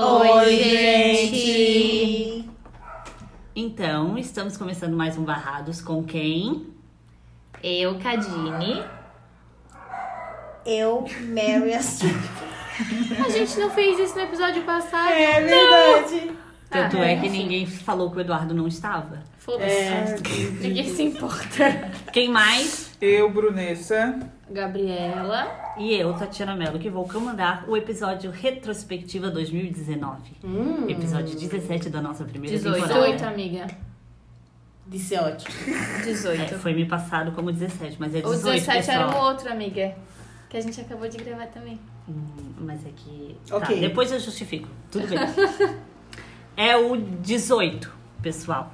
Oi, gente! Então, estamos começando mais um Barrados com quem? Eu, Cadine. Eu, Mary Streep. A gente não fez isso no episódio passado. É verdade. Tanto Ah, é que enfim. ninguém falou que o Eduardo não estava. Foda-se. É. Ninguém se importa. Quem mais? Eu, Brunessa. Gabriela. E eu, Tatiana Mello, que vou comandar o episódio Retrospectiva 2019. Hum. Episódio 17 da nossa primeira 18. temporada. amiga. Disse ótimo. 18. É, foi me passado como 17, mas é 18, o 17 pessoal. era um outro, amiga. Que a gente acabou de gravar também. Hum, Mas é que. Tá, Ok. depois eu justifico. Tudo bem. é o 18, pessoal.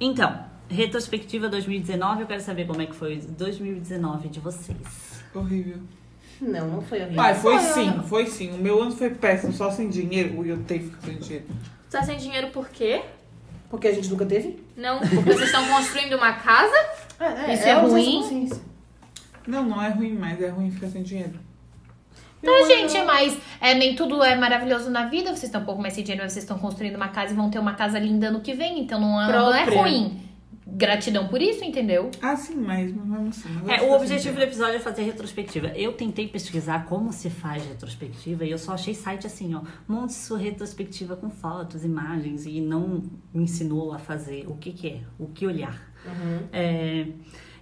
Então, retrospectiva 2019, eu quero saber como é que foi 2019 de vocês. Horrível. Não, não foi horrível. Ai, foi sim, foi sim. O meu ano foi péssimo, só sem dinheiro. Ui, eu tenho que ficar sem dinheiro. Tá sem dinheiro por quê? Porque a gente nunca teve? Não, porque vocês estão construindo uma casa? É, Isso é ruim? Não, não é ruim, mas é ruim ficar sem dinheiro. Então, gente, mas é, nem tudo é maravilhoso na vida. Vocês estão um pouco mais sem dinheiro, mas vocês estão construindo uma casa e vão ter uma casa linda no que vem. Então não, é- não é Própria. ruim. Gratidão por isso, entendeu? Ah, sim, mas mas mesmo assim. não vou É, o ficar sem objetivo do dinheiro. episódio é fazer retrospectiva. Eu tentei pesquisar como se faz retrospectiva e eu só achei site assim, ó. Monte sua retrospectiva com fotos, imagens e não me ensinou a fazer o que que é, o que olhar. É,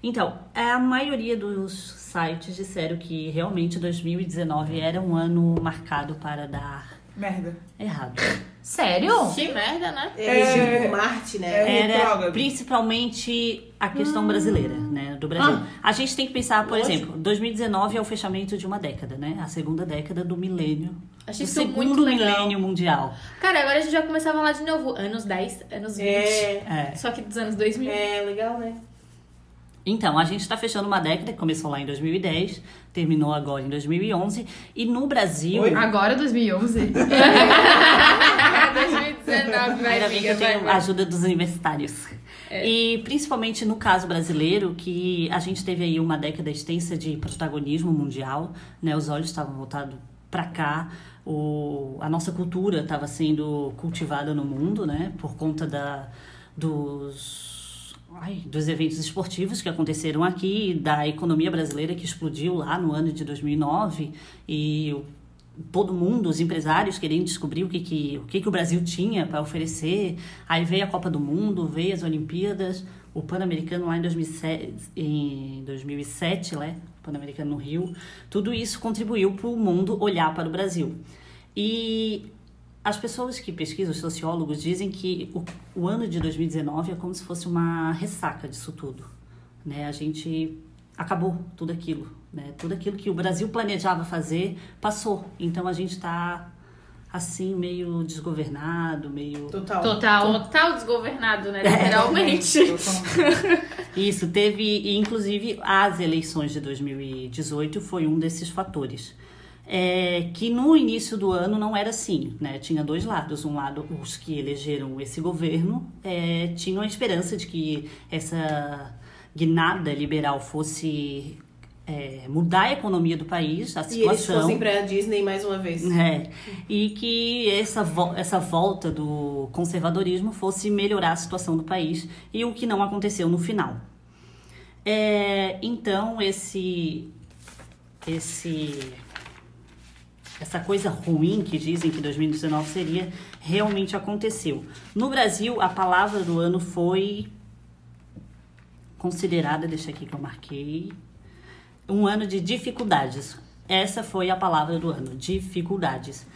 então, a maioria dos sites disseram que realmente 2019 era um ano marcado para dar Merda. errado. Sério? Que merda, né? Eles É. iam por Marte, né? É. Era retrógrado. principalmente a questão brasileira, né? Do Brasil. Ah. A gente tem que pensar, por exemplo, 2019 é o fechamento de uma década, né? A segunda década do milênio. Achei o isso muito segundo legal. milênio mundial. Cara, agora a gente vai começar a falar de novo. Anos 10, anos 20. É. Só que dos anos 2000. É, legal, né? Então, a gente está fechando uma década que começou lá em 2010, terminou agora em 2011. E no Brasil. Oi? Agora 2011. 2019, vai, Ainda bem amiga, que eu vai, tenho vai. É. a ajuda dos universitários. E principalmente no caso brasileiro, que a gente teve aí uma década extensa de protagonismo mundial, né? Os olhos estavam voltados para cá, o, a nossa cultura estava sendo cultivada no mundo, né? Por conta da, dos, ai, dos eventos esportivos que aconteceram aqui, da economia brasileira que explodiu lá no ano de 2009 e o todo mundo, os empresários querendo descobrir o que, que, o, que, que o Brasil tinha para oferecer. Aí veio a Copa do Mundo, veio as Olimpíadas, o Pan-Americano lá em 2007, em 2007 né? o Pan-Americano no Rio. Tudo isso contribuiu para o mundo olhar para o Brasil. E as pessoas que pesquisam, os sociólogos, dizem que o, o ano de 2019 é como se fosse uma ressaca disso tudo. Né? A gente acabou tudo aquilo. Né? Tudo aquilo que o Brasil planejava fazer passou. Então a gente está assim, meio desgovernado, meio. Total. Tá Total. Total desgovernado, né? Literalmente. um É, Eu tô- Isso, teve, e, inclusive, as eleições de 2018 foi um desses fatores. É, que no início do ano não era assim, né? Tinha dois lados. Um lado, os que elegeram esse governo é, tinham a esperança de que essa guinada liberal fosse é, mudar a economia do país, a E eles situação. fossem pra Disney mais uma vez. É. E que essa, vo- essa volta do conservadorismo fosse melhorar a situação do país e o que não aconteceu no final. É, então, esse, esse, essa coisa ruim que dizem que 2019 seria, realmente aconteceu. No Brasil, a palavra do ano foi considerada, deixa aqui que eu marquei, um ano de dificuldades. Essa foi a palavra do ano, dificuldades.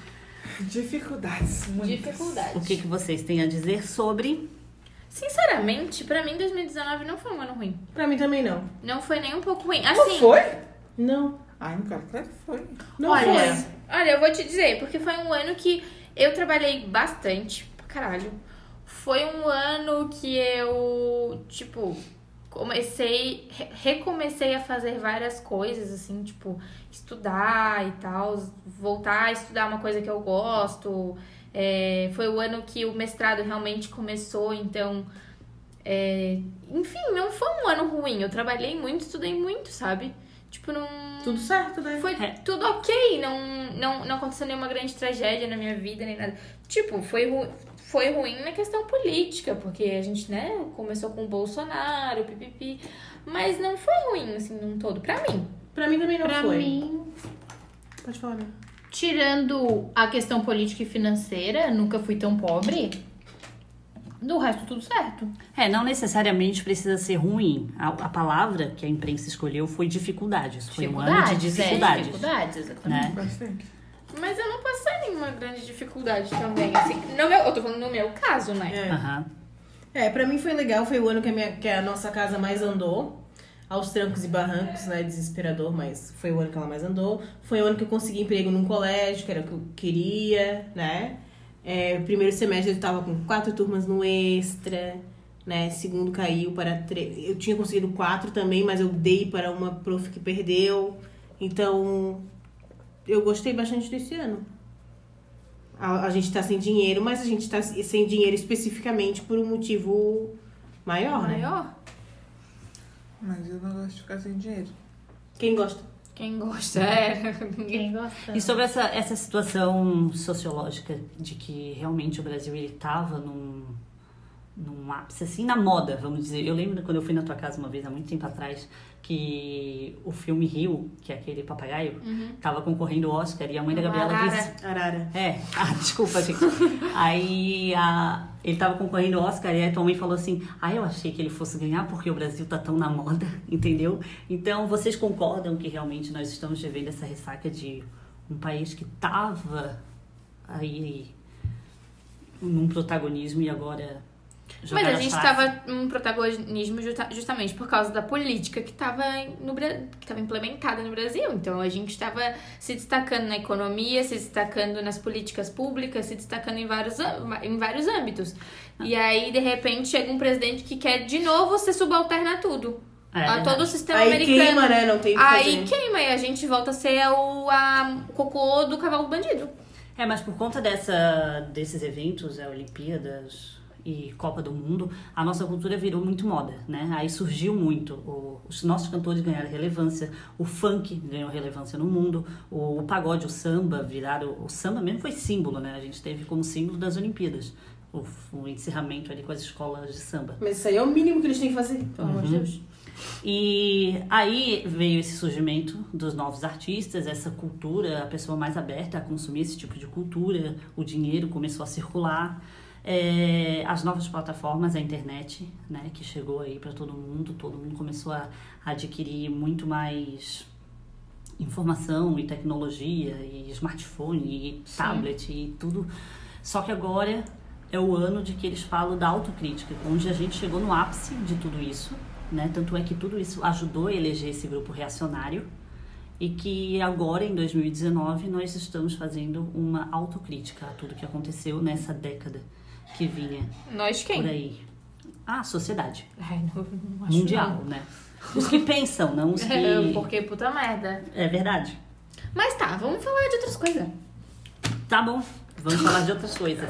Dificuldades. muitas. O que, que vocês têm a dizer sobre? Sinceramente, pra mim 2019 não foi um ano ruim. Pra mim também não. Não foi nem um pouco ruim. Não Assim, foi? Não. Ai, não quero claro que foi. Não olha, foi. olha, eu vou te dizer, porque foi um ano que eu trabalhei bastante, pra caralho. Foi um ano que eu, tipo, comecei, re- recomecei a fazer várias coisas, assim, tipo, estudar e tal, voltar a estudar uma coisa que eu gosto. É, foi o ano que o mestrado realmente começou, então. é, enfim, não foi um ano ruim. Eu trabalhei muito, estudei muito, sabe? Tipo, não. Tudo certo, né? Foi É. tudo ok, não, não, não aconteceu nenhuma grande tragédia na minha vida, nem nada. Tipo, foi, ru... foi ruim na questão política, porque a gente, né, começou com o Bolsonaro, pipipi. Mas não foi ruim, assim, num todo, pra mim. Pra mim também não Pra foi. mim, Pode falar, né? tirando a questão política e financeira, nunca fui tão pobre. Do resto, tudo certo. É, não necessariamente precisa ser ruim. A, a palavra que a imprensa escolheu foi dificuldades. Foi um ano de é, dificuldades. dificuldades, exatamente. né? Bastante. Mas eu não passei nenhuma grande dificuldade também, assim. No meu, eu tô falando no meu caso, né? É. Aham. É, pra mim foi legal, foi o ano que a, minha- que a nossa casa mais andou. Aos trancos e barrancos, né? Desesperador, mas foi o ano que ela mais andou. Foi o ano que eu consegui emprego num colégio, que era o que eu queria, né? É, primeiro semestre eu tava com quatro turmas no extra, né? Segundo caiu para três. Eu tinha conseguido quatro também, mas eu dei para uma prof que perdeu. Então, eu gostei bastante desse ano. A, a gente tá sem dinheiro, mas a gente tá sem dinheiro especificamente por um motivo É. maior, né? Maior? Mas eu não gosto de ficar sem dinheiro. Quem gosta? Quem gosta, é. Ninguém. Ninguém gosta. E sobre essa, essa situação sociológica de que realmente o Brasil ele estava num, num ápice, assim, na moda, vamos dizer. Eu lembro quando eu fui na tua casa uma vez, há muito tempo atrás, que o filme Rio, que é aquele papagaio, estava concorrendo ao Oscar e a mãe da Gabriela Arara. disse... Arara. É, ah, desculpa, gente. Aí a- ele tava concorrendo ao Oscar e aí tua mãe falou assim: Ah, eu achei que ele fosse ganhar porque o Brasil tá tão na moda, entendeu? Então vocês concordam que realmente nós estamos vivendo essa ressaca de um país que tava aí num protagonismo e agora. Mas jogaram a as gente traças? tava num protagonismo justa- justamente por causa da política que tava, no, Bra- que tava implementada no Brasil. Então a gente tava se destacando na economia, se destacando nas políticas públicas, se destacando em vários, â- em vários âmbitos. E aí, de repente, chega um presidente que quer de novo se subalterna a tudo. É, a todo o verdade. sistema Aí americano. queima, né? Não tem o que Então, Aí fazer. queima e a gente volta a ser o, a, o cocô do cavalo bandido. É, mas por conta dessa, desses eventos, é, Olimpíadas e Copa do Mundo, a nossa cultura virou muito moda, né? Aí surgiu muito. o- os nossos cantores ganharam relevância, o funk ganhou relevância no mundo, o, o pagode, o samba viraram. O samba mesmo foi símbolo, né? A gente teve como símbolo das Olimpíadas. O, o encerramento ali com as escolas de samba. Mas isso aí é o mínimo que eles têm que fazer, pelo amor de Deus. E aí veio esse surgimento dos novos artistas, essa cultura, a pessoa mais aberta a consumir esse tipo de cultura, o dinheiro começou a circular, é, as novas plataformas, a internet, né, que chegou aí para todo mundo, todo mundo começou a adquirir muito mais informação e tecnologia e smartphone e tablet e tudo. Só que agora é o ano de que eles falam da autocrítica, onde a gente chegou no ápice de tudo isso, né? Tanto é que tudo isso ajudou a eleger esse grupo reacionário e que agora em 2019 nós estamos fazendo uma autocrítica a tudo que aconteceu nessa década que vinha Nós por quem? aí. A sociedade Ai, não, não acho mundial, né? Os que pensam, não os não. que É, porque puta merda. é verdade. Mas tá, vamos falar de outras coisas. Tá bom, vamos falar de outras coisas.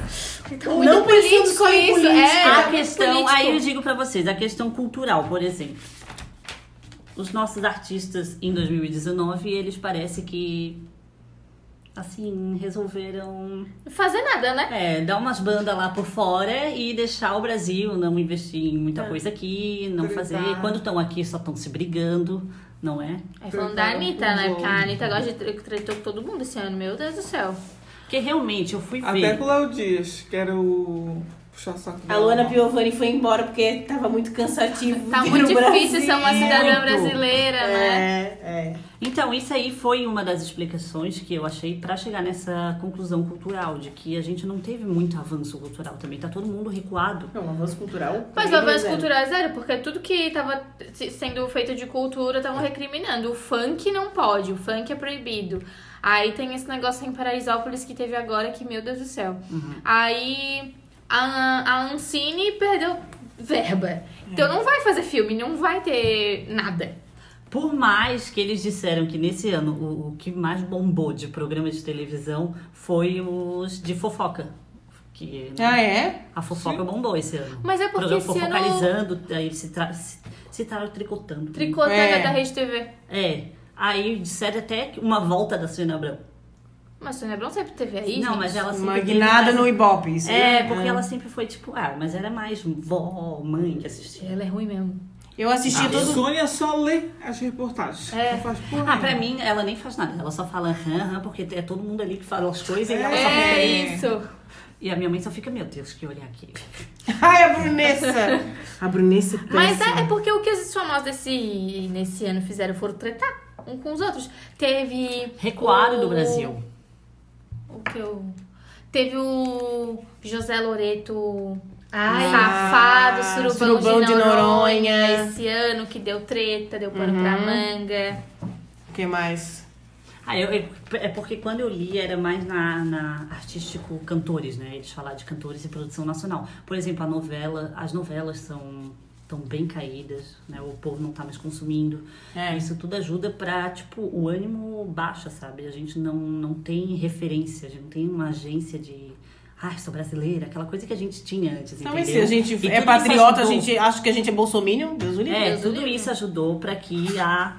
Não pensamos só em Então, isso. política. É, a muito questão, político. aí eu digo pra vocês, a questão cultural, por exemplo. Os nossos artistas em 2019, eles parece que assim, resolveram Fazer nada, né? é, dar umas bandas lá por fora e deixar o Brasil não investir em muita É. coisa aqui, não Brigar. fazer. Quando estão aqui, só estão se brigando, não é? Aí falando da Preparar tá Anitta, né? um Porque a Anitta gosta de tre- tretou com todo mundo esse ano, meu Deus do céu. Porque realmente eu fui Até ver. com o Léo Dias, que era o puxar saco é. A Luana Piovani foi embora porque tava muito cansativo. Tá vir muito no difícil ser uma Brasil. cidadã Muito. brasileira, né? É, é. Então, isso aí foi uma das explicações que eu achei pra chegar nessa conclusão cultural, de que a gente não teve muito avanço cultural também, tá todo mundo recuado. Não, um avanço cultural. né? Mas o bem avanço zero. cultural é zero, porque tudo que tava se- sendo feito de cultura estavam recriminando. O funk não pode, o funk é proibido. Aí tem esse negócio em Paraisópolis que teve agora, que meu Deus do céu. Uhum. Aí a, a Ancine perdeu verba. Então É. não vai fazer filme, não vai ter nada. Por mais que eles disseram que nesse ano o, o que mais bombou de programas de televisão foi os de fofoca. Que né, Ah, é? a fofoca bombou esse ano. Mas é porque Programa esse ano focalizando, aí eles se tra- se- se estavam tricotando. tricotega É. da Rede TV. É. Aí disseram até que uma volta da Sônia Abrão. Mas Sônia Abrão sempre teve aí, não, É gente. mas ela sempre. teve Magnada mais- no Ibope, isso. É, né? porque ela sempre foi tipo, ah, mas era mais vó, mãe que assistia. Ela é ruim mesmo. Eu Ah, assisti A todo. Sônia só lê as reportagens. É. Não faz porra Ah, pra nenhuma. mim, ela nem faz nada. Ela só fala aham, aham, porque é todo mundo ali que fala as coisas e ela só fica... É bem. isso. E a minha mãe só fica, meu Deus, que olhar aqui. Ai, a Brunessa! A Brunessa é Mas péssima. é, é porque o que os famosos desse, nesse ano fizeram foram tretar um com os outros. Teve. Recuado o- do Brasil. O que eu. Teve o José Loreto Ai, safado, surubão, Surubão de, de Noronha, Noronha. esse ano que deu treta, deu pano pra manga. O que mais? Ah, eu, eu- é porque quando eu li era mais na, na artístico cantores, né? Eles falaram de cantores e produção nacional. Por exemplo, a novela, as novelas são tão bem caídas, né? O povo não tá mais consumindo. É. Isso tudo ajuda pra, tipo, o ânimo baixa, sabe? A gente não, não tem referência, a gente não tem uma agência de... Ai, sou brasileira, aquela coisa que a gente tinha antes, Talvez se entendeu? a gente E tudo é isso patriota, a ajudou. gente acha que a gente é né? bolsominion, Deus o livre. É, Deus o tudo livre. isso ajudou pra que a,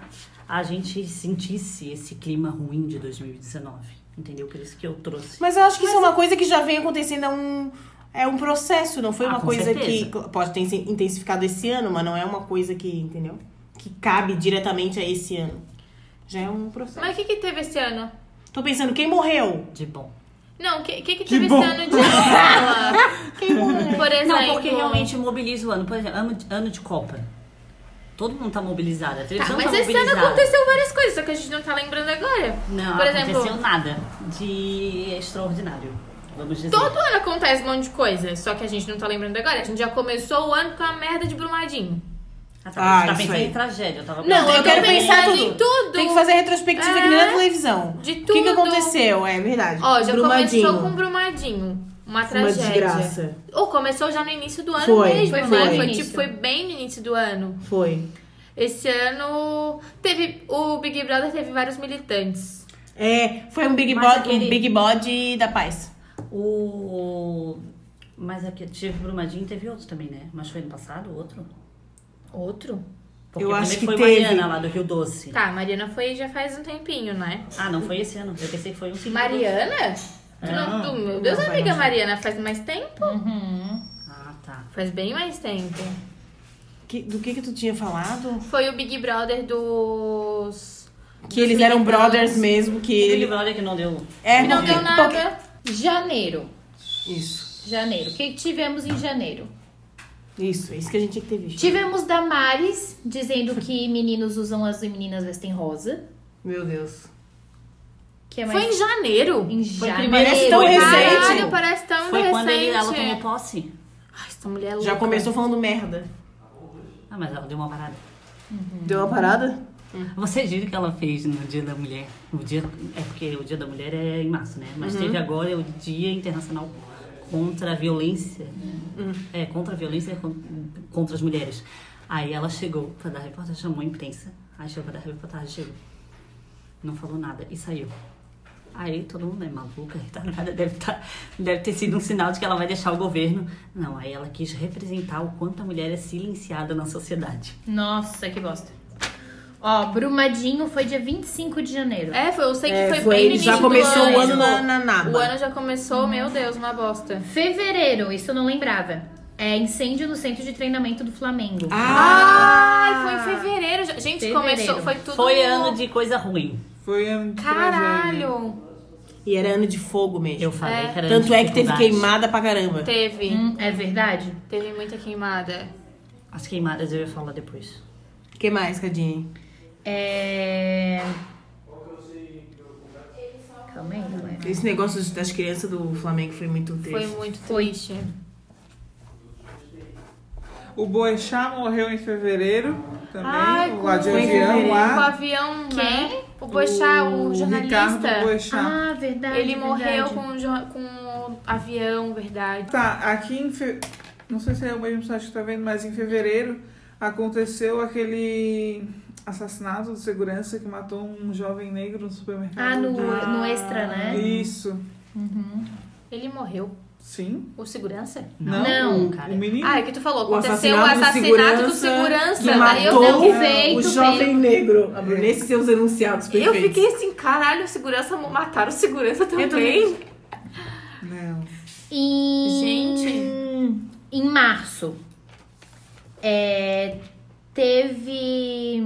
a gente sentisse esse clima ruim de 2019. Entendeu? Por isso que eu trouxe. Mas eu acho que isso é uma coisa que já vem acontecendo, é um, é um processo, não foi Ah, uma com coisa certeza. que pode ter se intensificado esse ano, mas não é uma coisa que, entendeu? Que cabe diretamente a esse ano. Já é um processo. Mas o que, que teve esse ano? Tô pensando, quem morreu? De bom. Não, o que, que, que Que teve bom. esse ano de novela? Quem morreu? Por exemplo. Não, porque realmente mobiliza o ano. Por exemplo, ano de, ano de Copa. Todo mundo tá mobilizado. Tá, A televisão tá, mas esse ano mobilizada. aconteceu várias coisas, só que a gente não tá lembrando agora. Não, Por aconteceu exemplo, nada de extraordinário. Vamos dizer. todo ano acontece um monte de coisa, só que a gente não tá lembrando agora. A gente já começou o ano com a merda de Brumadinho. Ah, tá, Ah, eu isso tava pensando aí. em tragédia. Eu tava Não, pensando- eu tô quero pensar pensando tudo. em tudo. Tem que fazer a retrospectiva É, aqui na televisão. de O que, que tudo. aconteceu? É verdade. Ó, já Brumadinho. começou com Brumadinho. Uma tragédia. desgraça. Ou começou já no início do ano Foi, mesmo, foi. né? Foi Foi, no tipo, início. foi bem no início do ano. Foi. Esse ano teve. O Big Brother teve vários militantes. É, foi um Big Mas Body, aquele- um Big Body da paz. O. Mas é aqui teve Brumadinho e teve outro também, né? Mas foi ano passado, outro? Outro? Porque Eu o acho primeiro que foi teve. Mariana lá do Rio Doce. Tá, Mariana foi já faz um tempinho, né? Ah, não foi esse ano. Eu pensei que foi um segundo. Mariana? Tu não, Ah. tu- meu Deus, Não, vai, amiga não. Mariana, faz mais tempo? Ah, tá. Faz bem mais tempo. Que- do que que tu tinha falado? Foi o Big Brother dos. Que eles eram brothers mesmo, que E Big ele... Brother que não deu. É, Não deu porque- nada. Janeiro. Isso, Janeiro. O que tivemos em janeiro? isso, é isso que a gente tinha que ter visto. Tivemos Damares dizendo que meninos usam azul e meninas vestem rosa. Meu Deus. Que é Foi em mais janeiro? em Foi janeiro. primeiro, Parece tão foi recente. Caralho, parece tão Foi recente. quando ele- ela tomou posse. Ai, essa mulher é louca. Já começou falando merda. Ah, mas ela deu uma parada. Deu uma parada? Vocês viram o que ela fez no Dia da Mulher? O dia, é porque o Dia da Mulher é em março, né? Mas teve agora o Dia Internacional contra a Violência. É, contra a violência con- contra as mulheres. Aí ela chegou pra dar reportagem, chamou a imprensa. Aí chegou pra dar reportagem, chegou. Não falou nada e saiu. Aí todo mundo é maluca, retardada, deve, tá, deve ter sido um sinal de que ela vai deixar o governo. Não, aí ela quis representar o quanto a mulher é silenciada na sociedade. Nossa, que bosta. Ó, Brumadinho foi dia 25 de janeiro. É, foi, eu sei que É, foi, foi- bem no ele início já do começou ano. o ano na- na naba. O ano já começou, meu Deus, uma bosta. Fevereiro, isso eu não lembrava. É incêndio no centro de treinamento do Flamengo. Ah, Ah! Ai, foi em Ah. fevereiro. já- Gente, Fevereiro. começou, foi tudo... Foi ano de coisa ruim. Foi ano de tragédia. Caralho. E era ano de fogo mesmo. Eu falei É. que era Tanto é que teve dificuldade. queimada pra caramba. Teve. Hum, é verdade? Teve muita queimada. As queimadas eu ia falar depois. O que mais, Cadinho? É. Calma aí, galera. Esse negócio das crianças do Flamengo foi muito triste. Foi muito Foi. triste. O Boechat morreu em fevereiro também. Ai, o com- Foi em Adiadian O lá. avião, né? Quem? O Boixá, o, Ricardo jornalista. Boechat. Ah, verdade. Ele morreu verdade. com, o jo- com o avião, verdade. Tá, aqui em fe... Não sei se é o mesmo site que tá vendo, mas em fevereiro aconteceu aquele assassinato de segurança que matou um jovem negro no supermercado. Ah, no, de- no extra, né? Isso. Ele morreu. Sim. O segurança? Não, Não, o, cara. o menino. Ah, é que tu falou. O Aconteceu o assassinato do assassinato do segurança. segurança, que Daí eu um matou não feito. o jovem veio- negro. A Brunesse e seus enunciados Eu perfeitos. fiquei assim, caralho, o segurança mataram o segurança também. Não. Em... Gente. Em março, é, teve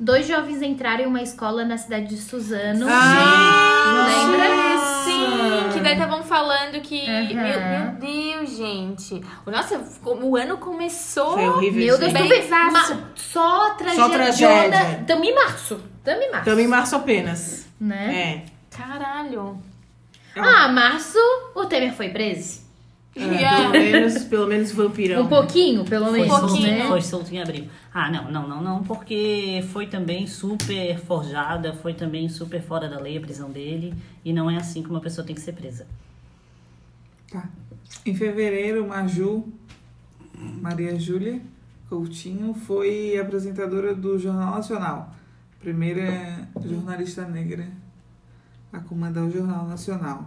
dois jovens entraram em uma escola na cidade de Suzano. Ah, Lembra? nossa. Sim, que daí estavam falando que. Uhum. Meu, meu Deus, gente. Nossa, como o ano começou. Foi horrível. Meu Deus, gente. Bem tu vê, vasto. ma- só tragédia. tragédia. Tamo em março. Tamo em março. Tamo em março apenas. Né? É. Caralho. Ah, março, o Temer foi preso. É. Ah, Pelo menos, pelo menos vampirão. Então, né? Um pouquinho, pelo Foi, menos, um solto, né? foi solto em abril. Ah, não, não, não, não, porque foi também super forjada, foi também super fora da lei a prisão dele. E não é assim que uma pessoa tem que ser presa. Tá. Em fevereiro, Maju, Maria Júlia Coutinho, foi apresentadora do Jornal Nacional. Primeira jornalista negra a comandar o Jornal Nacional.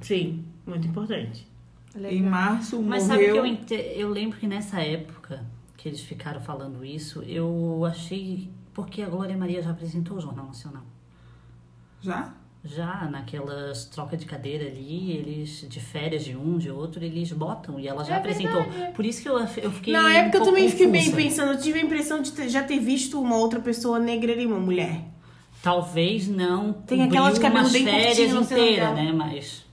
Sim, muito importante. Em março, Mas sabe que morreu... eu, ente... eu lembro que nessa época que eles ficaram falando isso, eu achei. Porque a Glória Maria já apresentou o Jornal Nacional. Já? Já naquelas trocas de cadeira ali, eles de férias de um, de outro, eles botam e ela já apresentou. Por isso que eu, eu fiquei. É Na época eu um pouco também fiquei meio confusa. pensando, eu tive a impressão de ter- já ter visto uma outra pessoa negra ali, uma mulher. Talvez não. Tem aquela de cobriu cabelo umas bem curtinho, férias não sei o nome inteira, dela. né? Mas.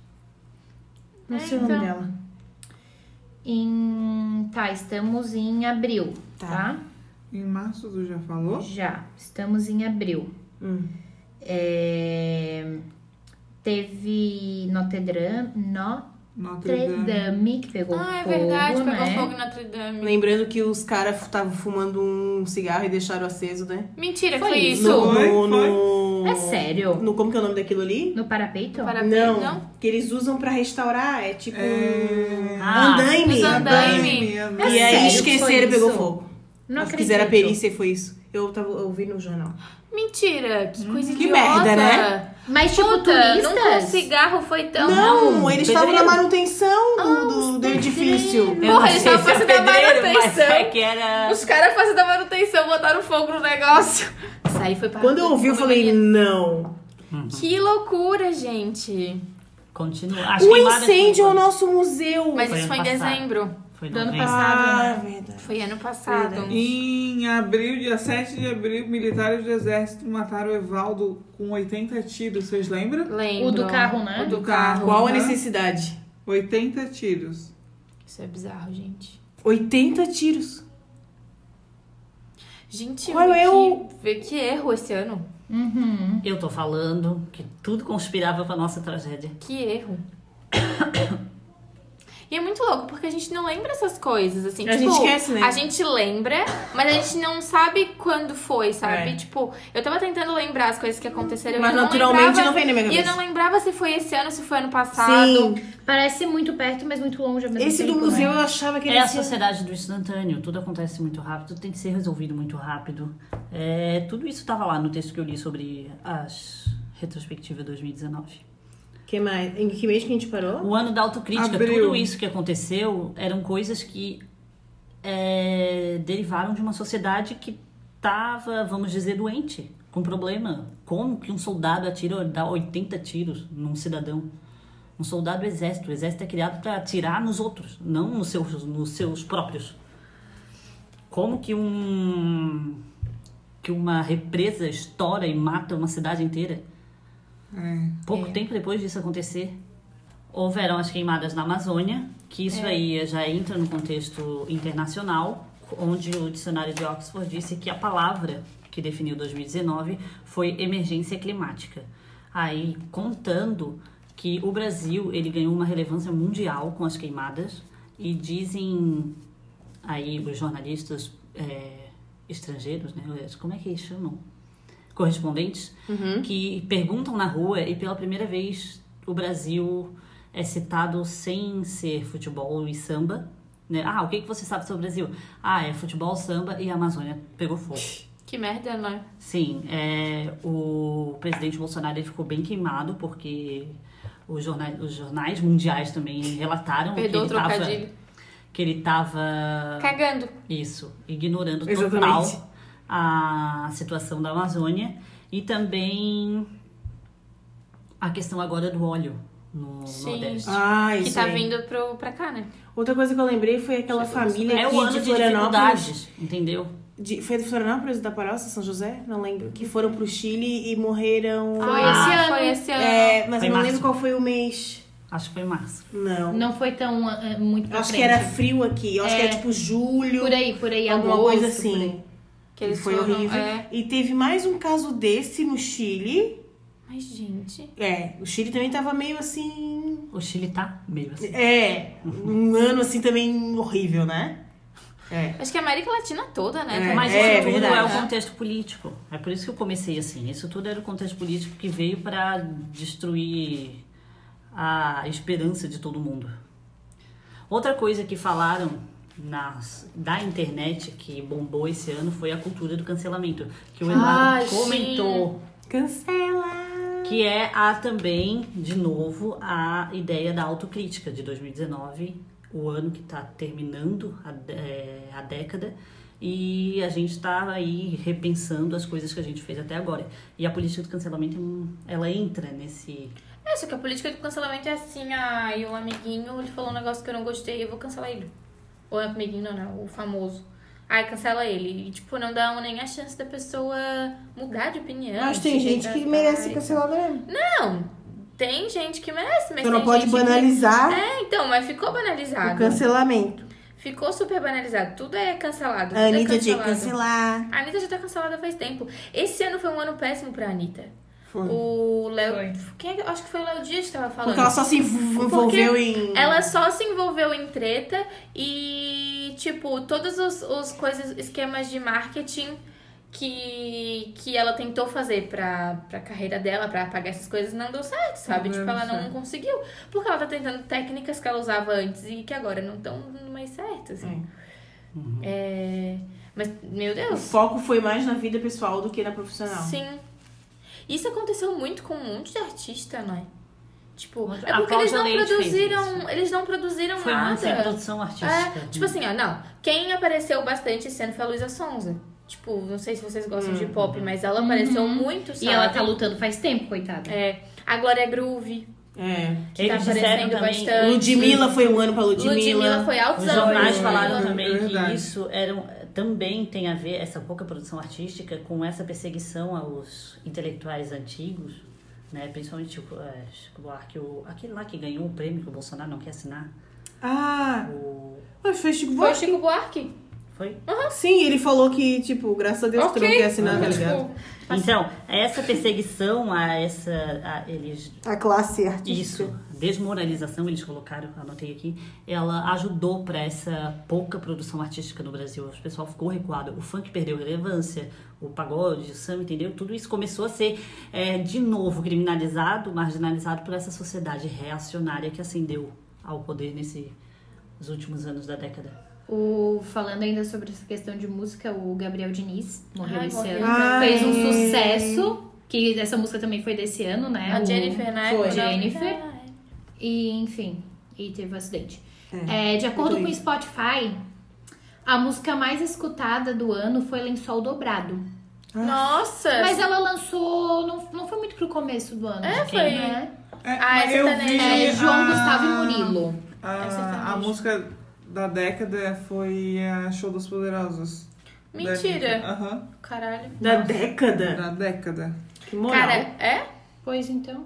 Não É, sei o nome então. dela. Em... Tá, estamos em abril, Tá. tá? Em março, tu já falou? Já, estamos em abril. Hum. É, Teve Notre Dame, Notre Notre Dame. Dame, que pegou fogo, Ah, é verdade, pegou né? fogo em Notre Dame. Lembrando que os caras estavam fumando um cigarro e deixaram aceso, né? Mentira, Foi foi, isso. isso. Foi, No, foi. no- É sério? No, como que é o nome daquilo ali? No parapeito? Para- Parabéns, Não, não? que eles usam pra restaurar, é tipo um Ah, andaime. os andaime. Miami. E aí sério que foi esqueceram e isso? pegou fogo. Não Eles acredito. fizeram a perícia e foi isso. Eu, tava, eu vi no jornal. Mentira, que coisa Que idiota. merda, né? Mas, tipo, Puta, turistas... nunca o cigarro foi tão... Não, não, eles estavam na pedreiro. manutenção do, do- do edifício. Eu Porra, não eles sei estavam se é tá fazendo a pedreiro, Mas manutenção. é que era. Os caras fazendo a manutenção, botaram fogo no negócio. Isso aí foi para Quando eu ouvi, eu falei, não. Que loucura, gente. Continua. Acho O que várias incêndio ao coisas. nosso museu. Mas Foi isso ano foi em passado. dezembro. Foi Do ano novembro. passado. Ah, né? verdade. Foi ano passado. Em abril, dia 7 de abril, militares do exército mataram o Evaldo com 80 tiros, vocês lembram? Lembro. O do carro, né? O do Tá. carro. Qual a né? necessidade? 80 tiros. Isso é bizarro, gente. 80 tiros. Gente, Qual vê é o- que, vê que erro esse ano. Uhum. Eu tô falando que tudo conspirava pra nossa tragédia. Que erro. E é muito louco, porque a gente não lembra essas coisas, assim. A tipo, gente esquece, né? A gente lembra, mas a gente não sabe quando foi, sabe? É. Tipo, eu tava tentando lembrar as coisas que aconteceram. Mas e eu naturalmente lembrava- não vem na minha E eu cabeça. não lembrava se foi esse ano, se foi ano passado. Sim. Parece muito perto, mas muito longe ao mesmo Esse do tempo, museu né? eu achava que ele É a ia ser- sociedade do instantâneo, tudo acontece muito rápido, tudo tem que ser resolvido muito rápido. É, tudo isso estava lá no texto que eu li sobre as retrospectivas 2019. Que mais? Em que mês que a gente parou? O ano da autocrítica, Abril. tudo isso que aconteceu eram coisas que é, derivaram de uma sociedade que estava, vamos dizer, doente, com problema. Como que um soldado atira, dá 80 tiros num cidadão? Um soldado do exército. O exército é criado para atirar nos outros, não nos seus, nos seus próprios. Como que um que uma represa estoura e mata uma cidade inteira? É. Pouco tempo depois disso acontecer, houveram as queimadas na Amazônia, que isso aí já entra no contexto internacional, onde o dicionário de Oxford disse que a palavra que definiu 2019 foi emergência climática. Aí contando que o Brasil ele ganhou uma relevância mundial com as queimadas e dizem aí os jornalistas é, estrangeiros, né? Como é que eles chamam? Correspondentes Uhum. que perguntam na rua e pela primeira vez o Brasil é citado sem ser futebol e samba. né? Ah, o que, que você sabe sobre o Brasil? Ah, é futebol, samba e a Amazônia pegou fogo. Que merda, né? Sim, é, o presidente Bolsonaro ele ficou bem queimado porque os jornais, os jornais mundiais também relataram Perdoa o que ele tava, trocadilho. que ele tava Cagando. isso, ignorando Exatamente. total a situação da Amazônia e também a questão agora do óleo no Sim. Nordeste. Ah, Que isso tá aí. vindo pro, pra cá, né? Outra coisa que eu lembrei foi aquela família É que o ano de de Florianópolis. dificuldades, entendeu? de- foi de Florianópolis da Paróquia, São José? Não lembro. Que foram pro Chile e morreram. Foi Ah, esse ano. foi esse É, mas Foi eu não março. lembro qual foi o mês. Acho que foi em março. Não. Não foi tão ah, muito é- Eu pra acho que frente. era frio aqui. Eu acho que era tipo julho. Por aí, por aí. alguma agosto, coisa por aí. assim. Que eles foi foram, horrível. é. E teve mais um caso desse no Chile. Mas, gente... É, o Chile também tava meio assim. O Chile tá meio assim. É, um ano assim também horrível, né? É. Acho que a América Latina toda, né? É, Mas Também. isso tudo verdade. é o contexto político. É por isso que eu comecei assim. Isso tudo era o contexto político que veio para destruir a esperança de todo mundo. Outra coisa que falaram nas, da internet que bombou esse ano foi a cultura do cancelamento, que o Eduardo Ah, sim. comentou Cancela! que é a também, de novo, a ideia da autocrítica de 2019, o ano que está terminando a, dé- eh, a década, e a gente está aí repensando as coisas que a gente fez até agora. E a política do cancelamento, é um- ela entra nesse... É, só que a política do cancelamento é assim, ah, e o amiguinho, ele falou um negócio que eu não gostei, eu vou cancelar ele. Ou é o amiguinho, não, não, o famoso. Ai, cancela ele. E, tipo, não dá nem a chance da pessoa mudar de opinião. Mas se tem gente que retratar e merece tal. cancelar mesmo. Não, tem gente que merece, mas Você Então não tem pode gente banalizar Que... É, então, mas ficou o banalizado. cancelamento. Ficou super banalizado. Tudo é cancelado. Tudo A Anitta é tinha que cancelado. cancelar. A Anitta já tá cancelada faz tempo. Esse ano foi um ano péssimo pra Anitta. Foi. O Léo. Foi. Quem é que- Acho que foi o Léo Dias que tava falando. Porque ela só se env- envolveu em. Ela só se envolveu em treta e, tipo, todos os, os coisas, esquemas de marketing que, que ela tentou fazer pra, pra carreira dela, pra pagar essas coisas, não deu certo, sabe? Não deu tipo, ela não certo. conseguiu. Porque ela tá tentando técnicas que ela usava antes e que agora não estão mais certas. assim. É, Mas, meu O Deus. foco foi mais na vida pessoal do que na profissional. Sim. Isso aconteceu muito com um monte de artista, né? Tipo, Muito- é a porque eles Cláudia não Leite fez produziram. isso. Eles não produziram Foi então, uma sem nada. produção artística. É, né? tipo assim, ó, não. Quem apareceu bastante esse ano foi a Luísa Sonza. Tipo, não sei se vocês gostam de Uhum. pop, mas ela apareceu muito, sabe? Uhum. E ela tá lutando faz tempo, coitada. É. A Glória Groove, É. que tá aparecendo bastante. Ludmilla foi um ano pra Ludmilla. Ludmilla foi altos Os anos. jornais né? falaram também que Verdade. isso era, um- também tem a ver, essa pouca produção artística, com essa perseguição aos intelectuais antigos, né? principalmente tipo, é, Chico Buarque, o, aquele lá que ganhou o prêmio que o Bolsonaro não quer assinar. Ah, O, mas foi Chico Foi o Buarque. Chico Buarque. foi? Sim, ele falou que, tipo, graças a Deus que tu não Ok. quer assinar, tá Tipo, ligado? Então, essa perseguição a essa. A, eles A classe artística. Isso, desmoralização, eles colocaram, anotei aqui, ela ajudou para essa pouca produção artística no Brasil. O pessoal ficou recuado, o funk perdeu relevância, o pagode, o samba, entendeu? Tudo isso começou a ser, eh, de novo, criminalizado, marginalizado por essa sociedade reacionária que ascendeu ao poder nesses últimos anos da década. O, falando ainda sobre essa questão de música, o Gabriel Diniz morreu Ai, esse morreu. ano. Ai. Fez um sucesso, que essa música também foi desse ano, né? A O- Jennifer, né? Foi. Quando ela- Ah. Jennifer. E, enfim, e teve um acidente. É. É, de acordo Muito com o Spotify, a música mais escutada do ano foi Lençol Dobrado. Nossa! Mas ela lançou, não, não foi muito pro começo do ano. É, de foi. né? É, Ah, mas essa eu também. vi É, João a- Gustavo e Murilo. É A, sertanejo. a música da década foi a Show dos Poderosos. Mentira. Da- é- Aham. Caralho. Da década. Da década. Que moral. Cara, é? Pois então.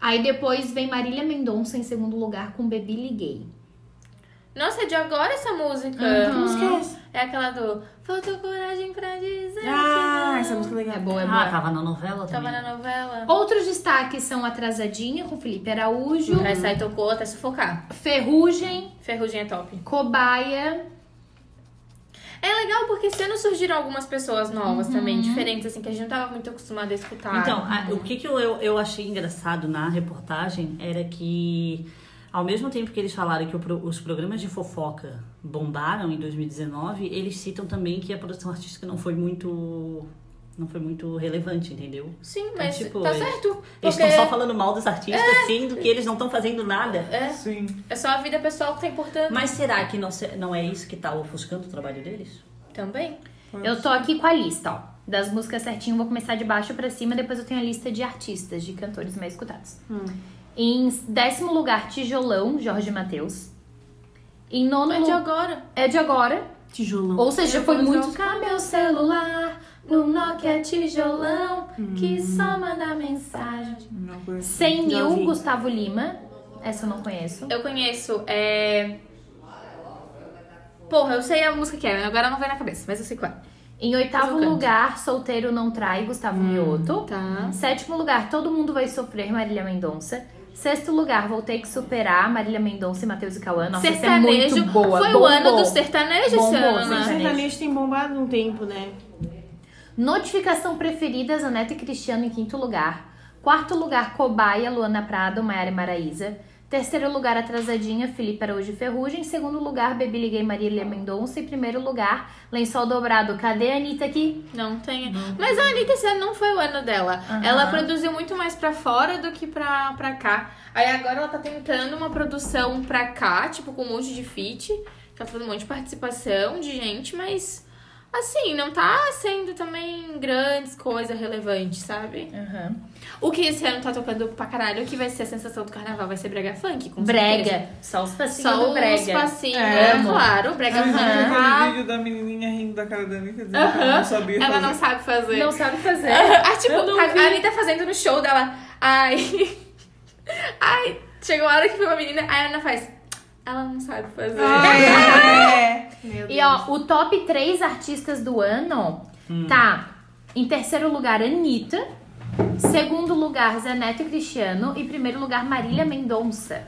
Aí depois vem Marília Mendonça em segundo lugar com Baby Liguei. Nossa, é de agora essa música. Uhum. Que música é essa? É aquela do Faltou coragem pra dizer. Ah, que essa não. música é legal. É boa, é boa. Ah, tava na novela Tava também. na novela. Outros destaques são Atrasadinha com Felipe Araújo, Essa aí tocou até sufocar. Ferrugem, Ferrugem é top. Cobaia. É legal porque esse ano surgiram algumas pessoas novas Uhum. também, diferentes, assim, que a gente não tava muito acostumada a escutar. Então, a- o que, que eu, eu, eu achei engraçado na reportagem era que, ao mesmo tempo que eles falaram que o pro- os programas de fofoca bombaram em 2019, eles citam também que a produção artística não foi muito Não foi muito relevante, entendeu? então, Sim, mas tipo, tá eles- certo. Eles porque estão só falando mal dos artistas, sendo que eles não estão fazendo nada. É, Sim. é só a vida pessoal que tá importando. Mas será que não, se- não é isso que tá ofuscando o trabalho deles? Também. Eu tô aqui com a lista, ó. Das músicas certinho, vou começar de baixo pra cima, depois eu tenho a lista de artistas, de cantores mais escutados. Em décimo lugar, Tijolão, Jorge Matheus. Em nono Mas de lugar, agora. é de agora. Tijolão. Ou seja, Eu foi vou muito. trocar meu celular no Nokia Tijolão, que só manda mensagem. Não conheço. 100 Hum. mil, Não vi. Gustavo Lima. Essa eu não conheço. Eu conheço. É... Porra, eu sei a música que é, agora não vai na cabeça, mas eu sei qual é. Em oitavo Mas eu canto. lugar, Solteiro Não Trai, Gustavo Mioto. Tá. Sétimo lugar, Todo Mundo Vai Sofrer, Marília Mendonça. Sexto lugar, Voltei Que Superar, Marília Mendonça e Matheus e Cauã. Nossa, essa é sertanejo. muito boa. Foi o bombou. ano do sertanejo esse Bombou, ano, sim, né? sim. sertanejo tem bombado um tempo, né? Notificação preferidas, Aneta e Cristiano em quinto lugar. Quarto lugar, Cobaia, Luana Prado, Maiara e Maraíza. Terceiro lugar, Atrasadinha, Felipe Araújo e Ferrugem. Segundo lugar, Bebi Liguei, Marília Mendonça. E primeiro lugar, Lençol Dobrado. Cadê a Anitta aqui? Não tem. Mas a Anitta esse ano não foi o ano dela. Aham. Ela produziu muito mais pra fora do que pra, pra cá. Aí agora ela tá tentando uma produção pra cá, tipo, com um monte de feat. Tá fazendo um monte de participação de gente, mas. Assim, não tá sendo também grandes coisas relevantes, sabe? É. O que esse ano tá tocando pra caralho, que vai ser a sensação do carnaval, vai ser brega funk, com certeza. Brega. Só os passinhos Só do os brega. passinhos, É, é, claro. Brega Vocês viram funk. aquele tá? vídeo da menininha rindo da cara da Anitta dizendo que ela Aham. não sabia Ela fazer. não sabe fazer. Não sabe fazer. Ah, tipo, Eu não a, vi. a Anitta fazendo no show dela. Ai. Ai. Chegou a hora que foi uma menina, aí a Ana faz. Ela não sabe fazer. Ah, é. Meu E ó, o top 3 artistas do ano Hum. tá em terceiro lugar Anitta, segundo lugar Zé Neto e Cristiano e primeiro lugar Marília Mendonça.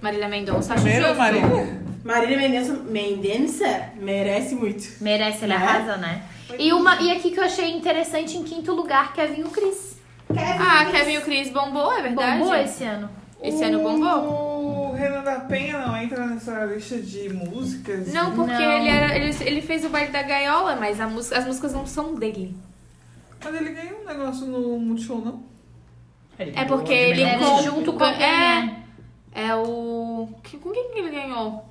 Marília Mendonça, acho Primeiro, justo. Marília. Marília Mendonça, Mendonça merece muito. Merece, ele É. arrasa, né? E, uma, e aqui que eu achei interessante, em quinto lugar, Kevin e o Cris. Ah, Kevin e o Cris bombou, é verdade? Bombou esse ano. Esse ano bombou? O Renan da Penha não entra nessa lista de músicas? Não, porque Não. Ele, era, ele, ele fez o baile da gaiola, mas a música- as músicas não são dele. Mas ele ganhou um negócio no Multishow, não? É porque ele Ele com- junto com alguém, é. né? É o. que- Com quem que ele ganhou?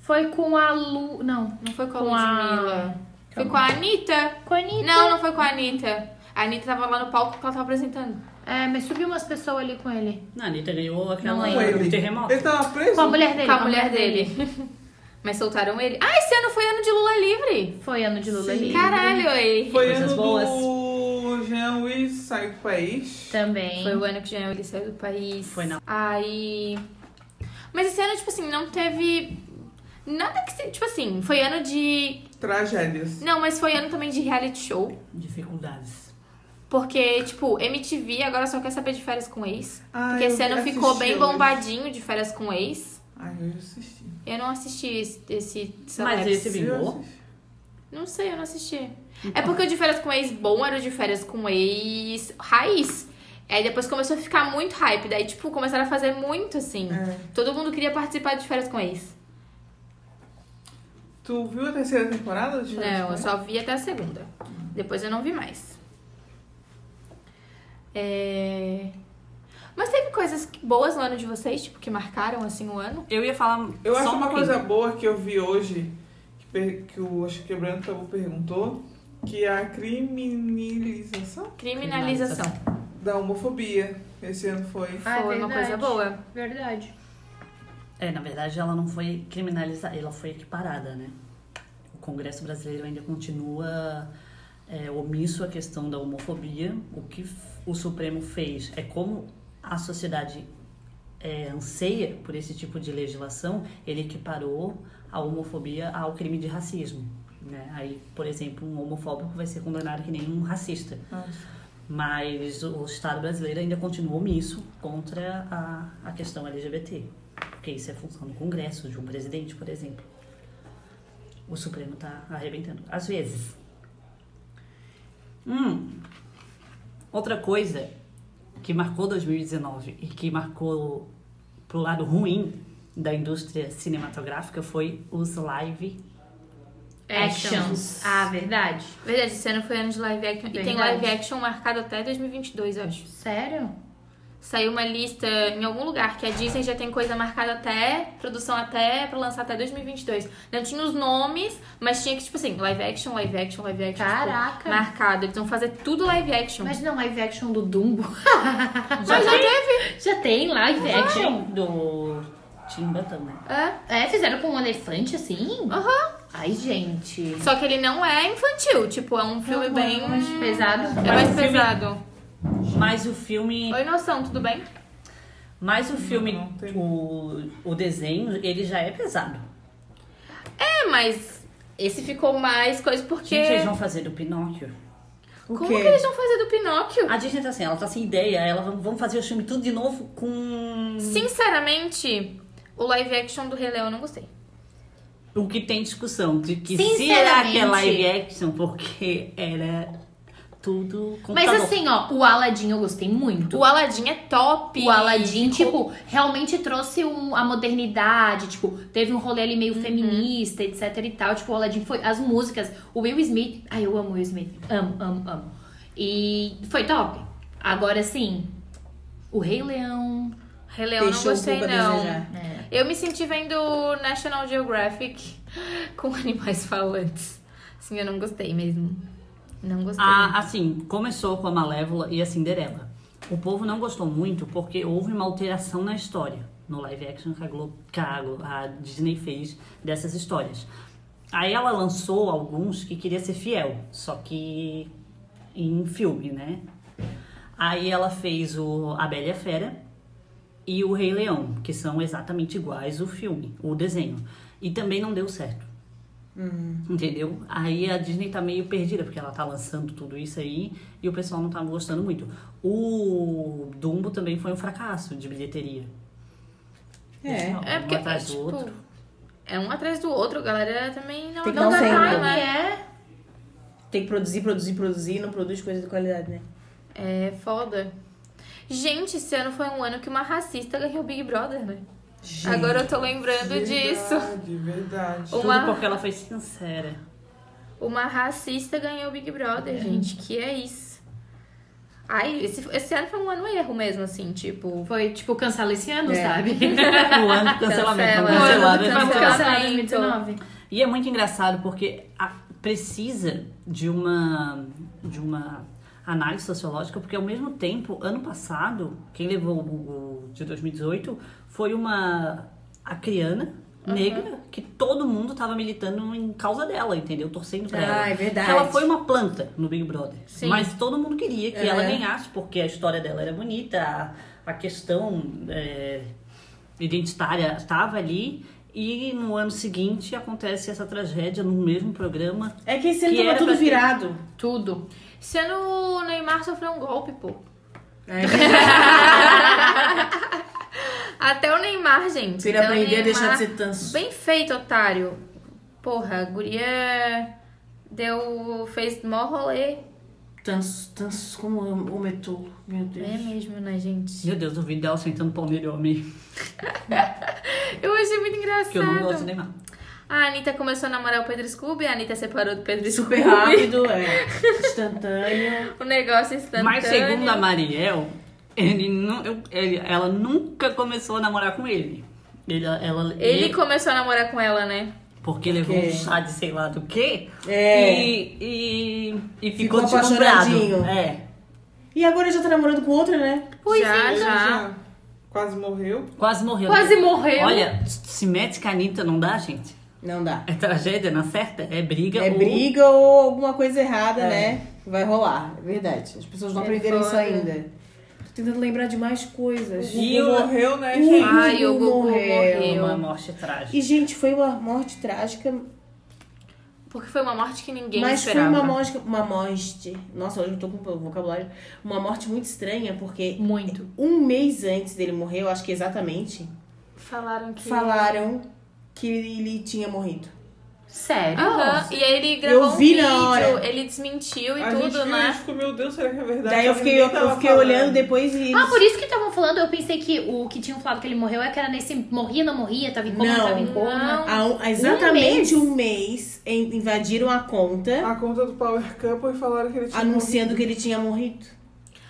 Foi com a Lu... Não, Não foi com a Com a- Ludmilla. Foi com a Anitta? com a Anitta. Não, não foi com a Anitta. A Anitta tava lá no palco que ela tava apresentando. É, mas subiu umas pessoas ali com ele. Não, a Anitta ganhou Não aquela lembro. do terremoto. Ele tava preso? Com a mulher dele. com a mulher dele. Mas soltaram ele. Ah, esse ano foi ano de Lula livre. Foi ano de Lula livre. Caralho, aí. Foi Coisas ano boas. do Jean Willis sair do país. Também. Foi o ano que Jean ele saiu do país. Foi não. Aí. Mas esse ano, tipo assim, não teve. Nada que. se- Tipo assim, foi ano de. Tragédias. Não, mas foi ano também de reality show. Dificuldades. Porque, tipo, MTV agora só quer saber de férias com ex. Ah, Porque eu esse ano assisti ficou bem hoje. bombadinho de férias com ex. Ai, eu já assisti. Eu não assisti esse. esse Mas Celebs. esse Eu vingou. assisti. Não sei, eu não assisti. É porque o de férias com ex bom era o de férias com ex raiz. Aí depois começou a ficar muito hype. Daí, tipo, começaram a fazer muito assim. É. Todo mundo queria participar de férias com ex. Tu viu a terceira temporada? de Férias Não, com eu só vi até a segunda. Depois eu não vi mais. É... Mas teve coisas que- boas no ano de vocês, tipo, que marcaram assim o ano? Eu ia falar Eu só acho um uma pouquinho. coisa boa que eu vi hoje, que, per- que o acho que Quebrando Tabu perguntou, que é a criminalização Criminalização. da homofobia. Esse ano foi. Ah, é Foi uma coisa verdade. boa. Verdade. É, na verdade ela não foi criminalizada, ela foi equiparada, né? O Congresso Brasileiro ainda continua é, omisso à questão da homofobia. O que f- o Supremo fez é como a sociedade é, anseia por esse tipo de legislação, ele equiparou a homofobia ao crime de racismo. Né? Aí, por exemplo, um homofóbico vai ser condenado que nem um racista. Mas o Estado brasileiro ainda continua omisso contra a, a questão LGBT, porque isso é função do Congresso, de um presidente, por exemplo. O Supremo tá arrebentando, às vezes. Hum. Outra coisa que marcou 2019 e que marcou pro lado ruim da indústria cinematográfica foi os live Actions. Ah, verdade. Verdade, esse ano foi ano de live action. E tem Verdade. live action marcado até 2022, eu acho. Sério? Saiu uma lista em algum lugar que a Disney já tem coisa marcada até, produção até, pra lançar até 2022. Não tinha os nomes, mas tinha que, tipo assim, live action, live action, live action. tipo, Caraca. marcado. Eles vão fazer tudo live action. Mas não, live action do Dumbo. Mas já teve. Já tem live action. é Do Tim Burton, né? É. É, fizeram com um elefante assim? Aham. Ai, gente. Só que ele não é infantil, tipo, é um filme bem. mais pesado. É mais um filme- pesado. Mas o filme, Oi, noção, tudo bem? mas o filme, não tem. o, o desenho, ele já é pesado. É, mas esse ficou mais coisa porque. Gente, eles vão fazer do Pinóquio. Como O que quê? eles vão fazer do Pinóquio? A Disney tá assim, ela tá sem ideia, ela vão- vão fazer o filme tudo de novo com Sinceramente, o live action do Rei Leão eu não gostei. o que tem discussão, de que será Sinceramente. que é live action, porque era tudo Mas computador. assim, ó, o Aladdin eu gostei muito. O Aladdin é top. O Aladdin, Ficou- tipo, realmente trouxe um- a modernidade, tipo, teve um rolê ali meio Uhum. feminista, etc e tal. Tipo, o Aladdin foi. As músicas, o Will Smith. Ai, eu amo o Will Smith. Amo, amo, amo. E foi top. Agora sim, o Rei Leão. Rei Leão eu não Deixou um gostei, pouco a não. desejar. É. Eu me senti vendo National Geographic com animais falantes. Assim, eu não gostei mesmo. Não gostei. A- assim, começou com a Malévola e a Cinderela. O povo não gostou muito porque houve uma alteração na história, no live action que a, Glo- que a Glo- a Disney fez dessas histórias. Aí ela lançou alguns que queria ser fiel, só que em filme, né? Aí ela fez o A Bela e a Fera e o Rei Leão, que são exatamente iguais o filme, o desenho. E também não deu certo. Entendeu? Aí a Disney tá meio perdida, porque ela tá lançando tudo isso aí e o pessoal não tá gostando muito. O Dumbo também foi um fracasso de bilheteria. É. Não, É porque um atrás é, do tipo, outro. é um atrás do outro, a galera também não, Tem que não dar um dá tempo. time, né? é. Tem que produzir, produzir, produzir e não produz coisa de qualidade, né? É foda. Gente, esse ano foi um ano que uma racista ganhou o Big Brother, né? Agora eu tô lembrando disso. Verdade, verdade. Então, O- Tudo uma- porque ela foi sincera. Uma racista ganhou o Big Brother, gente. Que é isso? Ai, esse, esse ano foi um ano erro mesmo, assim, tipo. Foi, tipo, cancelar esse ano, É. sabe? O ano é do cancelamento. Cancela. vamos O ano do cancelar, vai cancelamento. cancelar. Cancelar 2019. E é muito engraçado porque a- precisa de uma, de uma análise sociológica, porque ao mesmo tempo, ano passado, quem levou o, o de 2018 foi uma acriana negra que todo mundo estava militando em causa dela, entendeu? Torcendo pra ela. Ah, é verdade. Ela foi uma planta no Big Brother. Sim. Mas todo mundo queria que É. ela ganhasse, porque a história dela era bonita, a, a questão é, identitária estava ali. E no ano seguinte acontece essa tragédia no mesmo programa. É que esse ano Que tava era tudo pra ter- virado. Tudo. Esse ano o Neymar sofreu um golpe, pô. É. Até o Neymar, gente. Se ele Até o aprender a deixar Neymar. de ser tanso. Então, Bem feito, otário. Porra, a guria deu. fez mó rolê. Tanso, tanso, como eu amo o metrô. Meu Deus. É mesmo, né, gente? Meu Deus, o vídeo dela sentando pau nele, eu amei. Eu achei muito engraçado. Porque eu não gosto de Neymar. A Anitta começou a namorar o Pedro Scooby, a Anitta separou do Pedro Super Scooby. rápido, é. Instantâneo. O negócio é instantâneo. Mas segundo a Mariel, ele nu- eu- ele- ela nunca começou a namorar com ele. Ele, ela, Ele começou a namorar com ela, né? Porque levou É. um chá de sei lá do quê. É. E, e, e Ficou ficou, deslumbrado. apaixonadinho. É. E agora já tá namorando com outra, né? Pois Ela já, já. já quase morreu. Quase morreu. Quase morreu. Olha, se mete com a Anitta não dá, gente. Não dá. É tragédia, não acerta? É briga. É ou- briga ou alguma coisa errada, É. né? Vai rolar, é verdade. As pessoas não É aprenderam isso foda. ainda. Tô tentando lembrar de mais coisas. E Gugu o- morreu, né, Ui. gente? Ai, o Gugu Morreu. É morreu. uma morte trágica. E, gente, foi uma morte trágica, Porque foi uma morte que ninguém mas esperava. foi uma morte, uma morte. Nossa, hoje eu tô com um vocabulário. Uma morte muito estranha, porque Muito. um mês antes dele morrer, eu acho que exatamente, Falaram que. falaram que ele tinha morrido. Sério? Aham. E aí ele gravou Eu vi um na vídeo, hora. ele desmentiu e a tudo, gente viu né? e ficou, meu Deus, será que é verdade? Daí eu fiquei, eu, Ninguém tava fiquei falando. olhando depois e. Ah, por isso que estavam falando, eu pensei que o que tinham falado que ele morreu é que era nesse morria, não morria, tava em coma, Não. tava em coma. Há um- há exatamente um mês, em- invadiram a conta A conta do Power Couple e falaram Ah, que ele tinha É? anunciando que ele tinha morrido.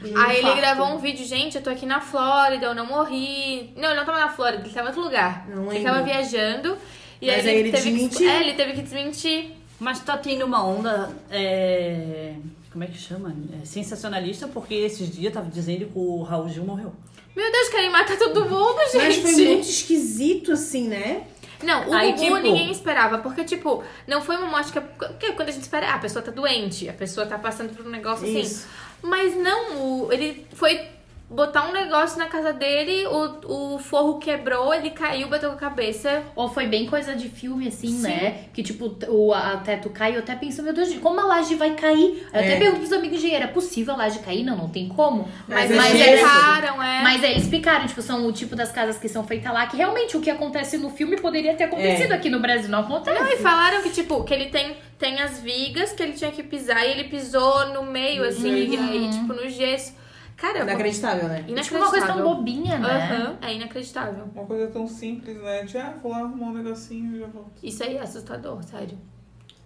De um Aí ele infarto. gravou um vídeo, gente, eu tô aqui na Flórida, eu não morri. Não, ele não tava na Flórida, ele tava em outro lugar. Não ele lembro. tava viajando. E Mas aí ele teve que, desmentiu. é, ele teve que desmentir. Mas tá tendo uma onda. é, Como é que chama? É, sensacionalista, porque esses dias tava dizendo que o Raul Gil morreu. Meu Deus, querem matar todo mundo, Mas gente. foi muito esquisito, assim, né? Não, o Aí, Gugu tipo- ninguém esperava, porque, tipo, não foi uma morte que. Porque quando a gente espera, ah, a pessoa tá doente, a pessoa tá passando por um negócio assim. Isso. Mas não, o- ele foi botar um negócio na casa dele, o, o forro quebrou, ele caiu, bateu com a cabeça. Ou foi bem coisa de filme, assim, né? Que tipo, o a a teto cai, eu até penso, meu Deus, como a laje vai cair? Aí eu É. até pergunto pros amigos engenheiros, é possível a laje cair? Não, não tem como. Mas, Mas é mas gesso. erraram, é. Mas aí eles explicaram, tipo, são o tipo das casas que são feitas lá, que realmente o que acontece no filme poderia ter É. acontecido aqui no Brasil, não acontece. Não, e falaram que, tipo, que ele tem, tem as vigas que ele tinha que pisar e ele pisou no meio, assim, e aí, tipo, no gesso. Cara, Inacreditável, né? Uhum. Tipo, uma coisa tão inacreditável. bobinha, né? Aham, é inacreditável. Uma coisa tão simples, né? De, ah, vou lá arrumar um negocinho e já volto. Isso aí é assustador, sério.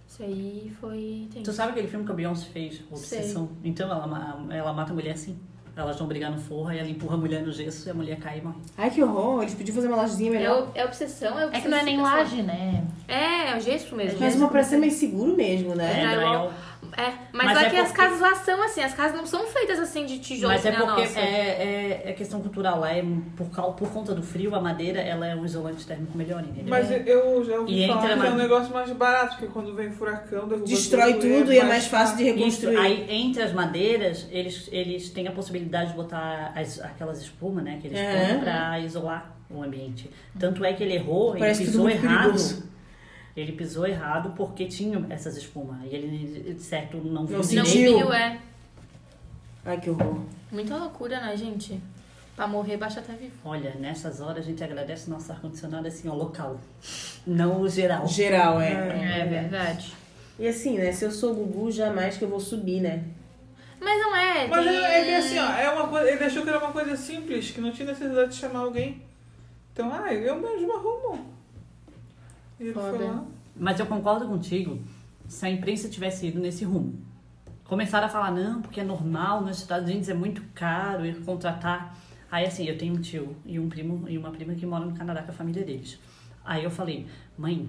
Isso aí foi. tem- Tu sabe aquele filme que a Beyoncé fez, Obsessão? Então ela, ma- ela mata a mulher assim. Elas vão brigar no forro, e ela empurra a mulher no gesso e a mulher cai e morre. Ai, que horror. Eles podiam fazer uma lajezinha É, melhor. o- é obsessão, é obsessão. É que não é nem laje, né? É, é o gesso mesmo. Mas gesso. uma pra ser mais seguro mesmo, né? É, drywall. drywall. É, mas, Mas lá é que as porque- casas lá são assim, as casas não são feitas assim de tijolo, Mas que é nem a porque nossa. é, é, é questão cultural lá, é por, cau- por conta do frio, a madeira ela é um isolante térmico melhor, É. entendeu? Mas eu já ouvi E falar entra que na- é um negócio mais barato, porque quando vem furacão, derruba Destrói tudo e é mais fácil de Isso, reconstruir. aí entre as madeiras, eles, eles têm a possibilidade de botar as- aquelas espumas, né? Que eles É. põem pra isolar o ambiente. Tanto é que ele errou, Parece ele tudo pisou muito errado. perigoso. Ele pisou errado porque tinha essas espumas. E ele, de certo, não viu Não direito. sentiu. viu, é. Ai, que horror. Muita loucura, né, gente? Pra morrer, baixa até vivo. Olha, nessas horas a gente agradece o nosso ar-condicionado assim, ó, local. Não o geral. Geral, é. É verdade. E assim, né? Se eu sou Gugu, jamais que eu vou subir, né? Mas não é. Mas tem- é, é que assim, ó, é uma coisa, ele achou que era uma coisa simples, que não tinha necessidade de chamar alguém. Então, ah, eu mesmo arrumo. E ele foi Foda. lá. Mas eu concordo contigo se a imprensa tivesse ido nesse rumo. Começaram a falar, não, porque é normal, nos Estados Unidos é muito caro ir contratar. Aí assim, eu tenho um tio e um primo e uma prima que moram no Canadá com a família deles. Aí eu falei, mãe,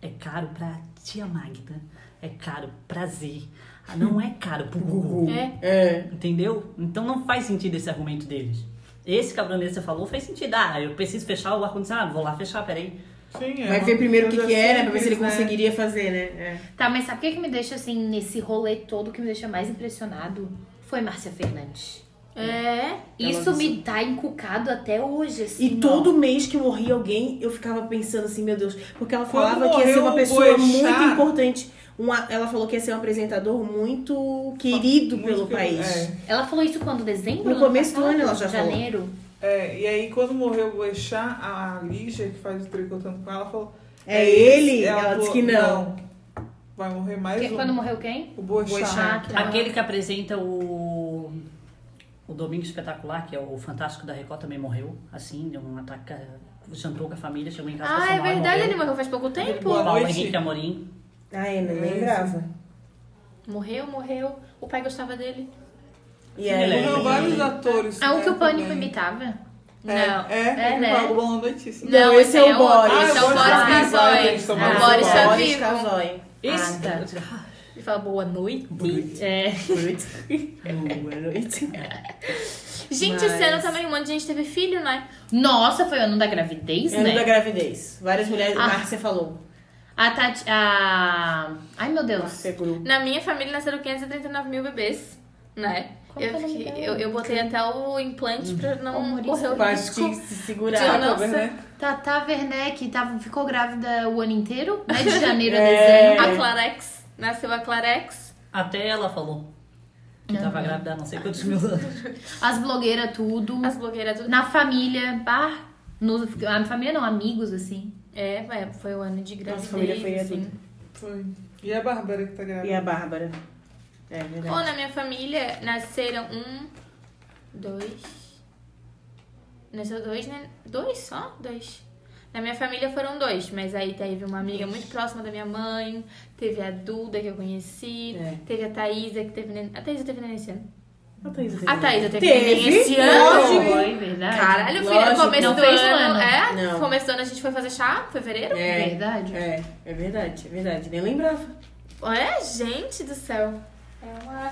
é caro pra tia Magda, é caro pra Z, ah, não é caro pro Gugu. É. É. Entendeu? Então não faz sentido esse argumento deles. Esse que a Brunessa falou faz sentido. Ah, eu preciso fechar o ar-condicionado, vou lá fechar, peraí. Sim, é Vai uma ver primeiro o que, coisa que é, né? Pra ver simples, se ele né? conseguiria fazer, né? É. Tá, mas sabe o que, que me deixa assim, nesse rolê todo, que me deixa mais impressionado? Foi Márcia Fernandes. É. Ela Isso disse- me tá encucado até hoje, assim. E ó. todo mês que morria alguém, eu ficava pensando assim, meu Deus. Porque ela falava Quando que ia ser morreu uma o pessoa Boechat- muito importante. Um a- ela falou que ia ser um apresentador muito querido é. Muito é. pelo que- país. Ela falou isso quando? Dezembro? No ano começo do passado? ano ela já falou. Janeiro. É, é, e aí quando morreu o Boechat, a Lígia, que faz o tricotando com ela, falou... É ele? esse. Ela disse que não. Vai morrer mais Porque um. quando morreu quem? O Boechat. Ah, que legal. Aquele que apresenta o. O Domingo Espetacular, que é o Fantástico da Record, também morreu, assim, deu um ataque. Jantou com a família, chegou em casa Ah, passou é mal e verdade, morreu. ele morreu faz pouco tempo. Boa Paulo noite. Henrique Amorim. Ah, eu não É lembrava. Morreu, morreu. O pai gostava dele. E né? Morreu vários atores. É o que né, o Pânico também. imitava? É, Não. é, É, né? uma boa notícia. Não, esse é o Boris. Esse é o Ah, Boris Boris Casoy. Casoy, Ah, Boris O Boris tá Boris vivo. Casoy. Esse- tá. Ele fala boa noite. É. Boa noite. Gente, esse ano também um monte de gente teve filho, né? Nossa, foi o ano da gravidez, Ano né? da gravidez. Várias mulheres. Ah. Márcia falou. A Tati. A... Ai, meu Deus. Márcia Gru. Na minha família nasceram 539 mil bebês, né? Como que é Eu, o nome fiquei- dela? eu, eu botei até o implante pra Ô, não Maurício, correr o Pra risco. te se segurar. de eu não Tá vendo, ser- né? Tata Werneck tava, ficou grávida o ano inteiro, né? De janeiro a É. dezembro. A Clarex. Nasceu a Clarex. Até ela falou que tava grávida, há não sei quantos mil anos. As blogueiras, tudo. As blogueiras tudo. Na família, bar. No, a família não, amigos, assim. É, vai, foi o ano de Nossa, gravidez. família foi assim. tudo. Foi. E a Bárbara que tá grávida. E a Bárbara. É, verdade. Ou na minha família nasceram um, dois. Nasceu dois, né? Dois só? Dois. Na minha família foram dois, mas aí teve uma amiga muito próxima da minha mãe, teve a Duda que eu conheci, É. teve a Thaísa que teve neném. A Thaísa teve neném esse ano. A é Thaísa teve. A Thaísa teve, Teve, neném esse lógico. ano. Foi, verdade. Caralho, filho, Lógico, no começo não do fez um ano. ano. É, Não. no começo do ano a gente foi fazer chá, fevereiro? É, Verdade. é, é verdade, é verdade. Nem lembrava. É, gente do céu. É uma.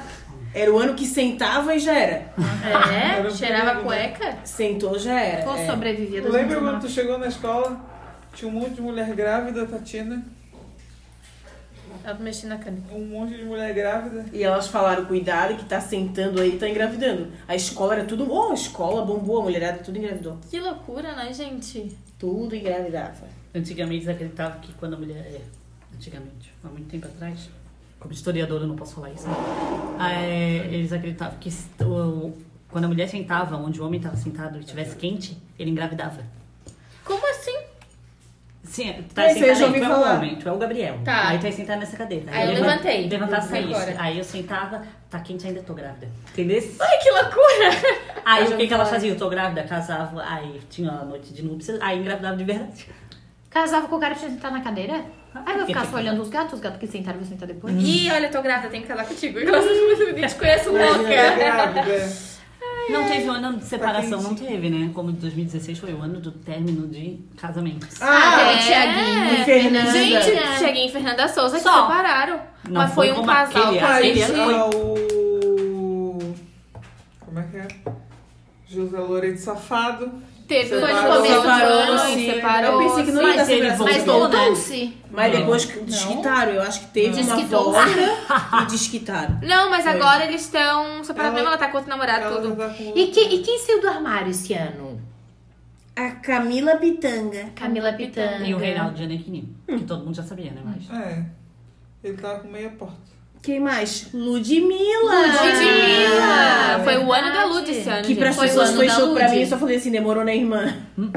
Era o ano que sentava e já era. É, Era um cheirava perigo, né? cueca. Sentou, já era. Ou é. sobrevivia Tu lembra quando tu chegou na escola? Tinha um monte de mulher grávida, Tatina. Ela mexendo na câmera. Um monte de mulher grávida. E elas falaram, cuidado que tá sentando aí, tá engravidando. A escola era tudo... Oh, a escola bombou, a mulherada tudo engravidou. Que loucura, né, gente? Tudo engravidava. Antigamente eles acreditavam que quando a mulher. É, antigamente, há muito tempo atrás, como historiadora eu não posso falar isso. né? Ah, é, eles acreditavam que se- o- quando a mulher sentava onde o homem estava sentado e estivesse quente, ele engravidava. Como assim? Sim, tu tá Mas eu já sentado ouvi aí, tu é falar. o homem, tu é o Gabriel. Tá. Aí tu vai sentar nessa cadeira. Aí eu leva- levantei. Levantar Fui embora. saísse. Aí eu sentava, tá quente ainda, tô grávida. Entendeu? Ai, que loucura! Aí Eu já o que, ouvi que elas falar. faziam? Eu tô grávida, casava, aí tinha uma noite de núpcias, aí engravidava de verdade. Casava com o cara pra sentar na cadeira? Aí eu ficava só olhando os gatos, os gatos que sentaram, vou sentar depois. Ih, olha, eu tô grata, tenho que casar contigo. Eu gosto muito, eu te conheço Mulher louca. grávida. Não teve um ano de separação, Tá não teve, né? Como 2016 foi o ano do término de casamentos. Ah, Ah, tem o Thiaguinho e Fernanda. Gente, Fernanda. Thiaguinho e Fernanda Souza que Só. separaram. Não mas foi foi um como casal aquele, que a Mas aquele gente... ano foi- ah, o... Como é que é? José Loreto Safado. Teve foi no Separou, começo do separou, ano sim. e separou. Eu pensei que não ia mas- dar ele separação. Mas voltou, né? voltou-se. Mas Não. depois que desquitaram, eu acho que teve uma Desquitou. volta e desquitaram. Não, mas Foi. agora eles estão separados mesmo, Ela- ela tá com outro namorado, Ela tudo. tá com E, que- e quem saiu do armário esse ano? A Camila Pitanga. Camila Pitanga. E o Reinaldo Giannichini, que todo mundo já sabia, né? Mas... Tá. É. Ele tá com meia porta. Quem mais? Ludmilla. Ludmilla! Ah, Ah, foi o ano da verdade. Lud esse ano, Que gente. pras Foi o pessoas ano foi da show pra Lud. mim, eu só falei assim, demorou, né, irmã?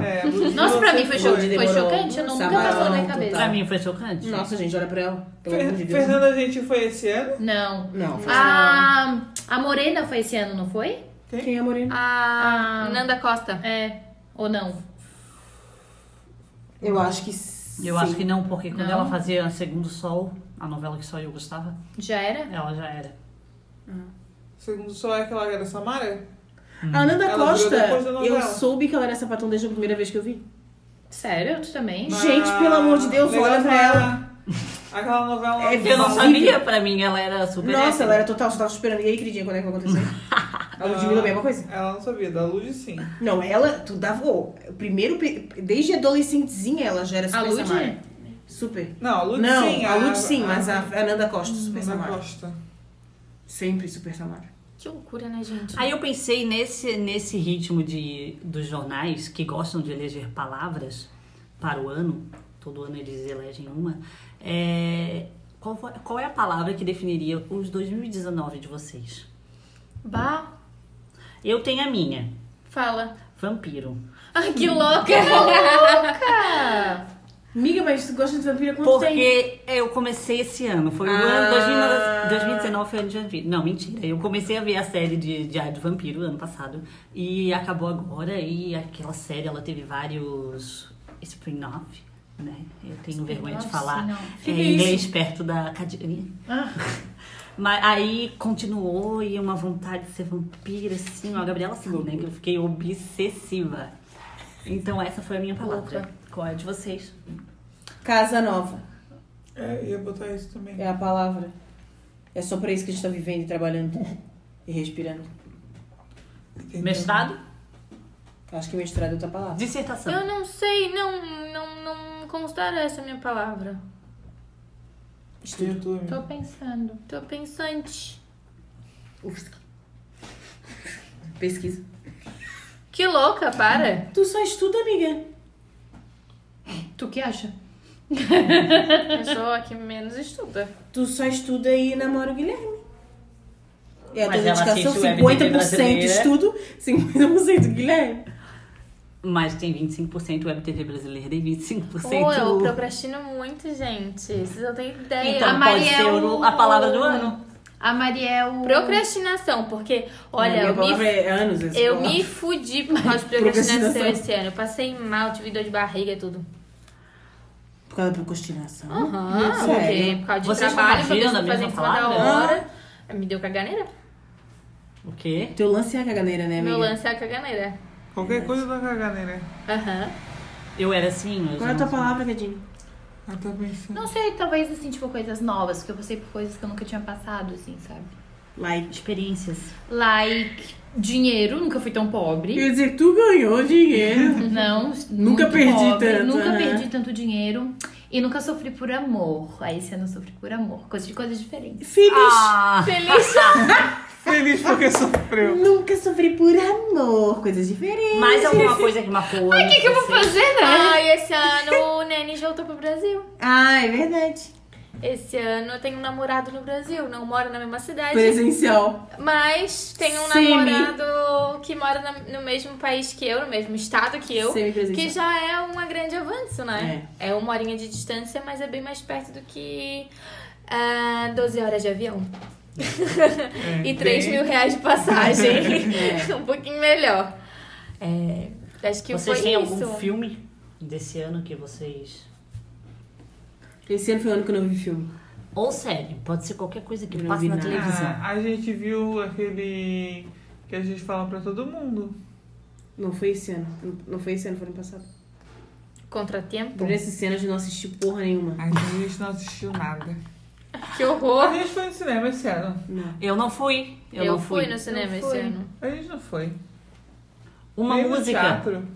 É, a Ludmilla Nossa, pra mim foi, sempre cho- foi. foi demorou. chocante, eu nunca passou na minha Tá. cabeça. Pra mim foi chocante. Nossa, gente, olha pra ela. Pelo amor de Fer Deus. Fernanda, a gente foi esse ano? Não. Não, foi A, a Morena foi esse ano, não foi? não. Quem é Morena? A Ah. Nanda Costa. É. Ou não? Eu acho que sim. Eu acho que não, porque quando Não. ela fazia Segundo Sol, a novela que só eu gostava, Já era? ela já era. Segundo só é aquela era Samara? Hum. A Ananda Ela Costa, virou depois da novela. eu soube que ela era sapatão desde a primeira vez que eu vi. Sério? Tu também? Mas- Gente, pelo amor de Deus, Legal olha pra ela. Aquela novela. É, Eu não Inclusive- sabia, pra mim ela era super Nossa, hétero. ela era total, só tava esperando. E aí, queridinha, quando é que vai acontecer? a Ludmilla, a mesma é coisa. Ela não sabia, da Lud sim. Não, ela, tu dava. ô, primeiro, pri- desde adolescentezinha ela já era super A Lud? Samara. Super. Não, a Lud não, sim. a Lud sim, mas a, a Ananda Costa, super Ana Samara. Costa. Sempre super Samara. Que loucura, né, gente? Aí eu pensei nesse, nesse ritmo de, dos jornais que gostam de eleger palavras para o ano, todo ano eles elegem uma. É, qual, foi- qual é a palavra que definiria os 2019 de vocês? Bah, Eu tenho a minha, fala. vampiro. Ai, que louca! Ah, Miga, mas tu gosta de vampira quanto tempo? Porque eu comecei esse ano, foi o Ah. ano 2019, 2019 foi o ano de vampiro. Não, mentira, eu comecei a ver a série de Diário de Vampiro ano passado e acabou agora e aquela série ela teve vários spin-off, né? Eu tenho vergonha de Spin-off, falar não. é, inglês perto da academia. Mas aí continuou e uma vontade de ser vampira, assim, ó, a Gabriela sabe, né? Que eu fiquei obsessiva. Então essa foi a minha palavra. Louca. Qual é a de vocês? Casa Nova. É, ia botar isso também. É a palavra. É só pra isso que a gente tá vivendo e trabalhando. E respirando. Entendeu? Mestrado? Acho que mestrado é outra palavra. Dissertação. eu não sei, não, não, não considero essa minha palavra. E tu, amiga? tô pensando. Tô pensante. Pesquisa. Que louca, para. Tu só estuda, amiga. Tu que acha? Pessoa que menos estuda. Tu só estuda e namora o Guilherme. É a tua Mas ela dedicação, é assiste o WBT 50% brasileira. estudo, 50% Guilherme. Mas tem 25% Web TV brasileira e 25%. Pô, eu procrastino muito, gente. Vocês não têm ideia. Então, A pode Mariel- ser o- a palavra do ano. A é Mariel. Procrastinação, porque, olha, Minha eu me, palavra é anos. essa eu palavra. me fudi por causa de procrastinação Procrastinação. esse ano. Eu passei mal, tive dor de barriga e tudo. Por causa da procrastinação. Aham, Sério? porque por causa de Vocês trabalho, contagiam pra da fazer em mesma cima da palavra? hora. Me deu caganeira. O quê? Teu lance é a caganeira, né, amiga? Meu lance é a caganeira. Qualquer coisa né? da caganeira. Aham. Eu era assim. eu Qual já é a tua não- palavra, Cadinho? Eu tô pensando. Não sei, talvez assim, tipo, coisas novas, porque eu passei por coisas que eu nunca tinha passado, assim, sabe? Like. Experiências. Like, dinheiro, nunca fui tão pobre. Quer dizer, tu ganhou dinheiro. Não, Nunca muito perdi pobre, tanto, né? Nunca aham. perdi tanto dinheiro e nunca sofri por amor. Aí esse ano eu sofri por amor, coisa de coisas diferentes. Feliz. Ah! Feliz. Feliz porque sofreu. Nunca sofri por amor. Coisas diferentes. Mais alguma coisa que marcou. Ai, O que, que eu vou fazer, né? Ai, esse ano o Nenis voltou pro Brasil. Ah, é verdade. Esse ano eu tenho um namorado no Brasil. Não moro na mesma cidade, Presencial. mas tenho um Semi. namorado que mora na- no mesmo país que eu, no mesmo estado que eu. Que Semi-presencial. já é um grande avanço, né? É. uma horinha de distância, mas é bem mais perto do que ah, 12 horas de avião. É, e 3 bem- mil reais de passagem. É. um pouquinho melhor. É, acho que Vocês foi têm isso. algum filme desse ano que vocês. É, Esse ano foi o ano que eu não vi filme. Ou série, pode ser qualquer coisa que Eu não passe vi na nada. televisão. Ah, a gente viu aquele que a gente fala pra todo mundo. Não foi esse ano. Não- Não foi esse ano, foi ano passado. Contratempo? Por essa cena de não assistir porra nenhuma. A gente não assistiu nada. Que A horror! gente foi no cinema é esse ano. Não. Eu não fui. Eu, não fui. no cinema Não esse fui. ano. A gente não foi. Uma Nem no música. teatro.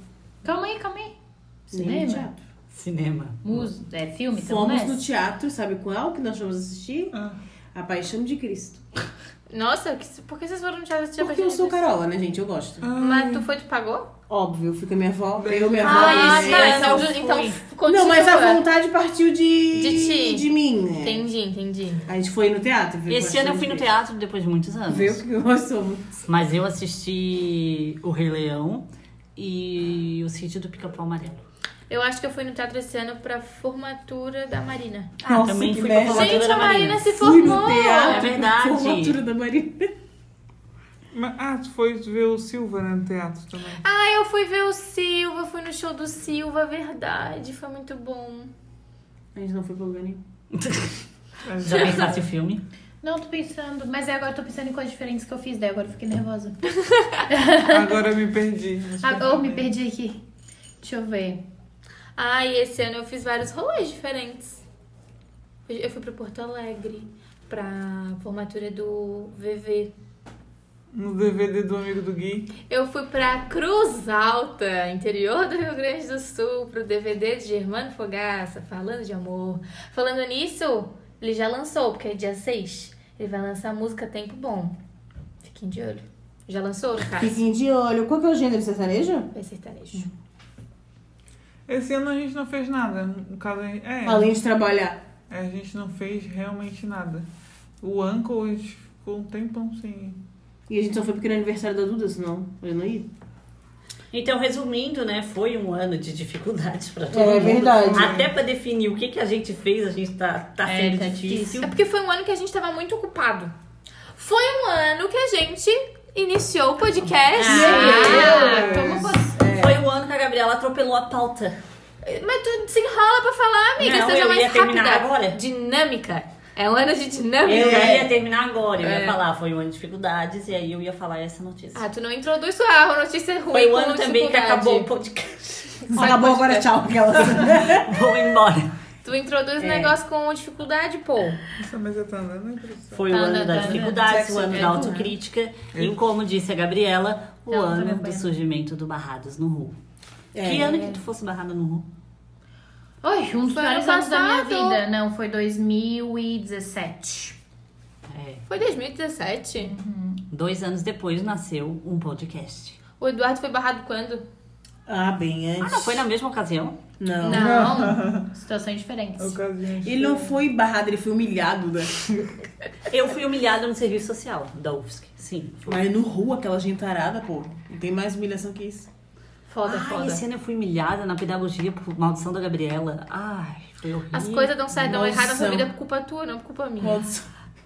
Calma aí, calma aí. Nem no Cinema? teatro. Cinema. Muso, é filme Fomos também? no teatro, sabe qual que nós fomos assistir? Ah. A Paixão de Cristo. Nossa, que- por que vocês foram no teatro assistir a Porque eu Paixão de sou Cristo? carola, né, gente? Eu gosto. Mas tu foi, tu pagou? Óbvio, eu fui com a minha avó. Eu, minha avó. Ah, minha tá. irmã. Então, fui. então continua. Não, mas a vontade partiu de. De ti. de mim, né? Entendi, entendi. A gente foi no teatro. viu? Esse ano eu fui no teatro depois de muitos anos. Viu que nós somos. Mas eu assisti O Rei Leão e O Sítio do Pica-Pau Amarelo. Eu acho que eu fui no teatro esse ano pra formatura da Marina. Ah, Nossa, também que fui pra merda. formatura Gente, da a Marina Marina. se Fui formou! no teatro. É verdade. Formatura da Marina. Mas- Ah, tu foi ver o Silva né, no teatro também. Ah, eu fui ver o Silva, fui no show do Silva, verdade. Foi muito bom. A gente não foi pra lugar nenhum. É. Já pensaste em filme? Não, tô pensando. Mas é agora eu tô pensando em coisas diferentes que eu fiz, daí agora eu fiquei nervosa. Agora eu me perdi. Mas Ah, foi eu tudo me bem. perdi aqui. Deixa eu ver. Ah, e esse ano eu fiz vários rolês diferentes. Eu fui pra Porto Alegre pra formatura do VV. No DVD do amigo do Gui. Eu fui pra Cruz Alta, interior do Rio Grande do Sul, pro DVD de Germano Fogaça, falando de amor. Falando nisso, ele já lançou, porque é dia 6. Ele vai lançar a música Tempo Bom. Fiquem de olho. Já lançou, no caso? Fiquem de olho. Qual que é o gênero sertanejo? Vai sertanejo. Esse ano a gente não fez nada. No caso, a gente- é, Além de trabalhar. é, a gente não fez realmente nada. O Uncle, a gente ficou um tempão sem. E a gente só foi porque era aniversário da Duda, senão eu não ia. Então, resumindo, né, foi um ano de dificuldades pra todo É mundo. verdade. Até pra definir o que, que a gente fez, a gente tá, tá É, sendo tá difícil. É porque foi um ano que a gente tava muito ocupado. Foi um ano que a gente iniciou o podcast. um Ah, toma você. Foi o ano que a Gabriela atropelou a pauta. Mas tu se enrola pra falar, amiga. Não, seja eu mais ia terminar rápida. agora. Dinâmica. É um ano de Eu dinâmica. ia terminar agora, eu ia falar, foi um ano de dificuldades, e aí eu ia falar essa notícia. Ah, tu não introduz sua notícia ruim. foi o com ano também que dificuldade. acabou o podcast. é Acabou agora, tchau. Aquela. Vou embora. Tu É. introduz o negócio com dificuldade, pô. Essa mesa tá andando, né, professor? Foi o Tá, ano da né, tá, né? dificuldade, o Jackson, ano é, da autocrítica e, como disse a Gabriela, o Ela tá me ano do apoiando. surgimento do Barrados no Ru. É. Que ano que tu fosse barrada no Ru? Oi, um dos Foi piores ano anos da minha passado. vida. Não, foi 2017. É, Foi 2017. dois anos depois nasceu um podcast. O Eduardo foi barrado quando? Ah, bem Ah, antes. não foi na mesma ocasião? Não. Não, situações É diferentes. Ocasiões Ele não foi barrado, ele foi humilhado. Né? Eu fui humilhada no serviço social da UFSC. Sim. Mas no rua, aquela gentarada, pô. Não tem mais humilhação que isso. Foda, Ai, foda. esse ano eu fui humilhada na pedagogia por maldição da Gabriela. Ai, foi horrível. As coisas dão certo, dão errado na sua Maldição. vida é por culpa tua, não por culpa minha.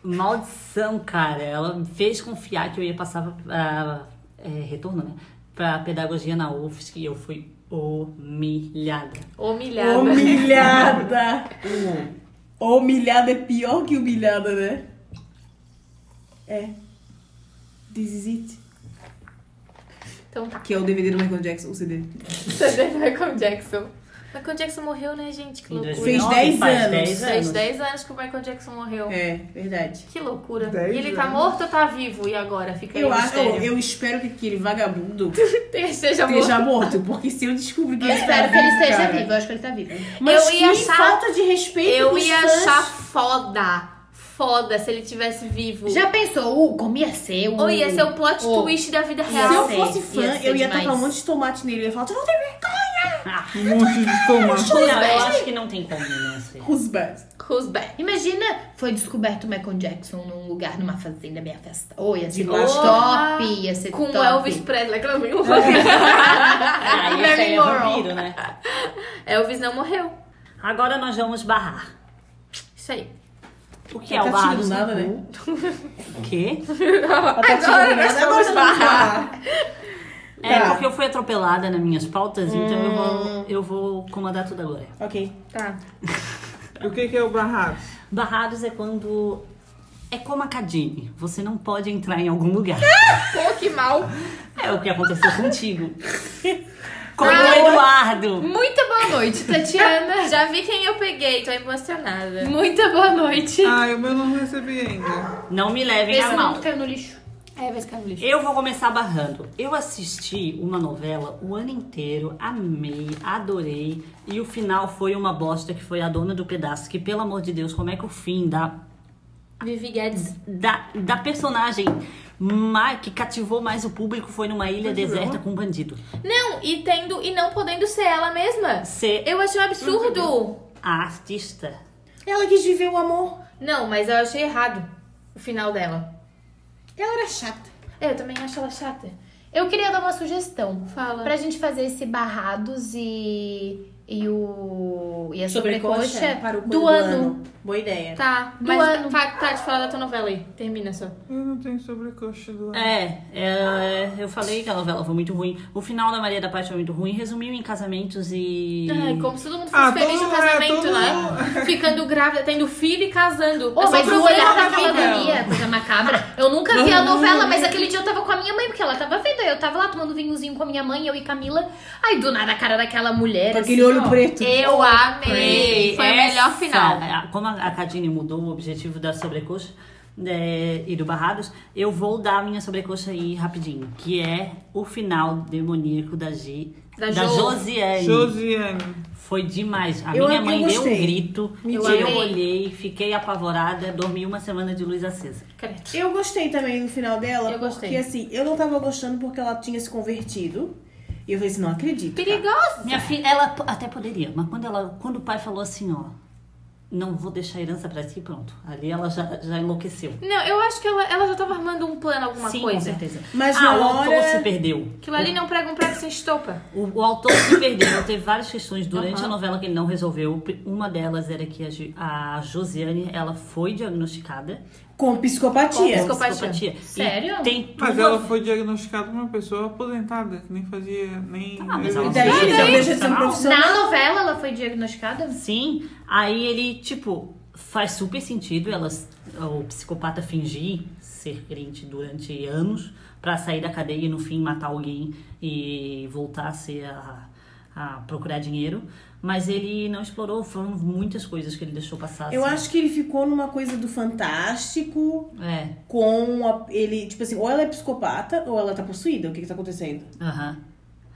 Maldição, cara. Ela me fez confiar que eu ia passar pra, é, retorno, né? Pra pedagogia na UFSC e eu fui humilhada. Humilhada. Humilhada! Humilhada é pior que humilhada, né? É. This is it. Então tá. Que é o DVD do Michael Jackson, o CD. CD Michael Jackson. Michael Jackson morreu, né, gente? Que Em loucura. 2009, Fez 10 faz anos. 10 Fez 10 anos que o Michael Jackson morreu. É, verdade. Que loucura. Dez e ele tá anos. morto ou tá vivo? E agora? Fica aí Eu, o acho, eu, mistério. eu espero que aquele vagabundo Ele Esteja morto. esteja morto, porque se eu descobrir que Tá Eu ele espero está que ele esteja cara. vivo, eu acho que ele tá vivo. Mas Eu ia que achar- falta de respeito Eu com os ia fãs. achar foda. Foda se ele tivesse vivo. Já pensou, uh, como ia ser? Uh, Ou ia ser o plot Oh. twist da vida Ia Se real. eu ser, fosse ia fã, ser eu ia demais. tacar um monte de tomate nele. Eu ia falar, tu não tem Um monte de tomate. Não, eu acho que não tem como, não sei. Who's bad? Who's back? Imagina, foi descoberto o Michael Jackson num lugar, numa fazenda, minha festa. Ou ia ser De top, lá- ia ser Com top. o Elvis Presley. Aquela menina. Ah, isso aí é Moral. vampiro, né? Elvis não morreu. Agora nós vamos barrar. Isso aí. O que é, Tá o barrar? tirando do nada, né? Tá Samu? né? O quê? Agora, Agora nós vamos É, Tá. porque eu fui atropelada nas minhas pautas, então eu Hum. vou, eu vou comandar tudo agora. Ok. Tá. O que, que é o barrado? Barrados é quando. É como a Cadine, você não pode entrar em algum lugar. Pô, que mal. É o que aconteceu contigo. Como Ah, o Eduardo. Muito boa noite, Tatiana. Já vi quem eu peguei, tô emocionada. Muita boa noite. Ah, o meu não recebi ainda. Não me levem Esse a mal. mundo caiu no lixo. É, vai ficar no lixo. Eu vou começar barrando. Eu assisti uma novela o ano inteiro, amei, adorei. E o final foi uma bosta que foi a dona do pedaço. Que, pelo amor de Deus, como é que o fim da Vivi Guedes. da, da personagem ma- que cativou mais o público foi numa ilha deserta com um bandido. Não, e tendo e não podendo ser ela mesma. Ser Eu achei um absurdo. a artista. Ela quis viver o amor. Não, mas eu achei errado o final dela. Ela era chata. É, Eu também acho ela chata. Eu queria dar uma sugestão. Fala. Pra gente fazer esse barrados e, e o. E a Sobrecoxa é, sobrecoxa para o do ano. Boa ideia. Tá, Do mas ano. tá, tá de falar da tua novela aí. Termina só. Eu não tenho sobrecoxa do lado. É, é, eu falei que a novela foi muito ruim. O final da Maria da Paz foi muito ruim. Resumiu em casamentos e. Ai, como se todo mundo é, fosse Ah, feliz todo no mundo- casamento, todo né? Ficando grávida, tendo filho e casando. Ô, é só mas o problema olhar da daquela novela. guria, coisa macabra. Eu nunca vi a novela, mas aquele dia eu tava com a minha mãe, porque ela tava vendo. aí Eu tava lá tomando vinhozinho com a minha mãe, eu e Camila. Aí do nada a cara daquela mulher. Com assim, aquele olho ó. preto. Eu amei. Foi Foi o melhor final. Como a Cadine mudou o objetivo da sobrecoxa né, e do Barrados, eu vou dar a minha sobrecoxa aí rapidinho, que é o final demoníaco da Gi. Da Da, Jo. Josiane. Josiane. Foi demais. A Eu- minha eu mãe deu um gostei. grito, Eu eu, eu amei. olhei, fiquei apavorada, dormi uma semana de luz acesa. Credo. Eu gostei também do final dela. Eu gostei. Porque assim, eu não tava gostando porque ela tinha se convertido. E eu falei assim, não acredito. cara. Perigosa. Minha filha, ela p- até poderia, mas quando ela, quando o pai falou assim, ó, não vou deixar a herança pra ti, pronto. Ali ela já, já enlouqueceu. Não, eu acho que ela, ela já tava armando um plano, alguma Sim, com coisa. certeza. Mas ah, na o autor hora- se perdeu. Aquilo ali não prega um prato sem estopa. O, o autor se perdeu. Teve várias questões durante Aham. a novela que ele não resolveu. Uma delas era que a, Gi- a Josiane, ela foi diagnosticada Com com Com psicopatia. psicopatia. E Sério? tem tudo Mas a ela foi diagnosticada como uma pessoa aposentada, que nem fazia, nem... Ah, mas ela E daí, Sim, então, sim. deixa de ser um Na profissional. Na novela ela foi diagnosticada? Sim, aí ele, tipo, faz super sentido elas, o psicopata fingir ser crente durante anos pra sair da cadeia e no fim matar alguém e voltar a ser a, a procurar dinheiro. Mas ele não explorou, foram muitas coisas que ele deixou passar. Eu assim. acho que ele ficou numa coisa do fantástico É, com a- ele, tipo assim, ou ela é psicopata ou ela tá possuída. O que que tá acontecendo? aham.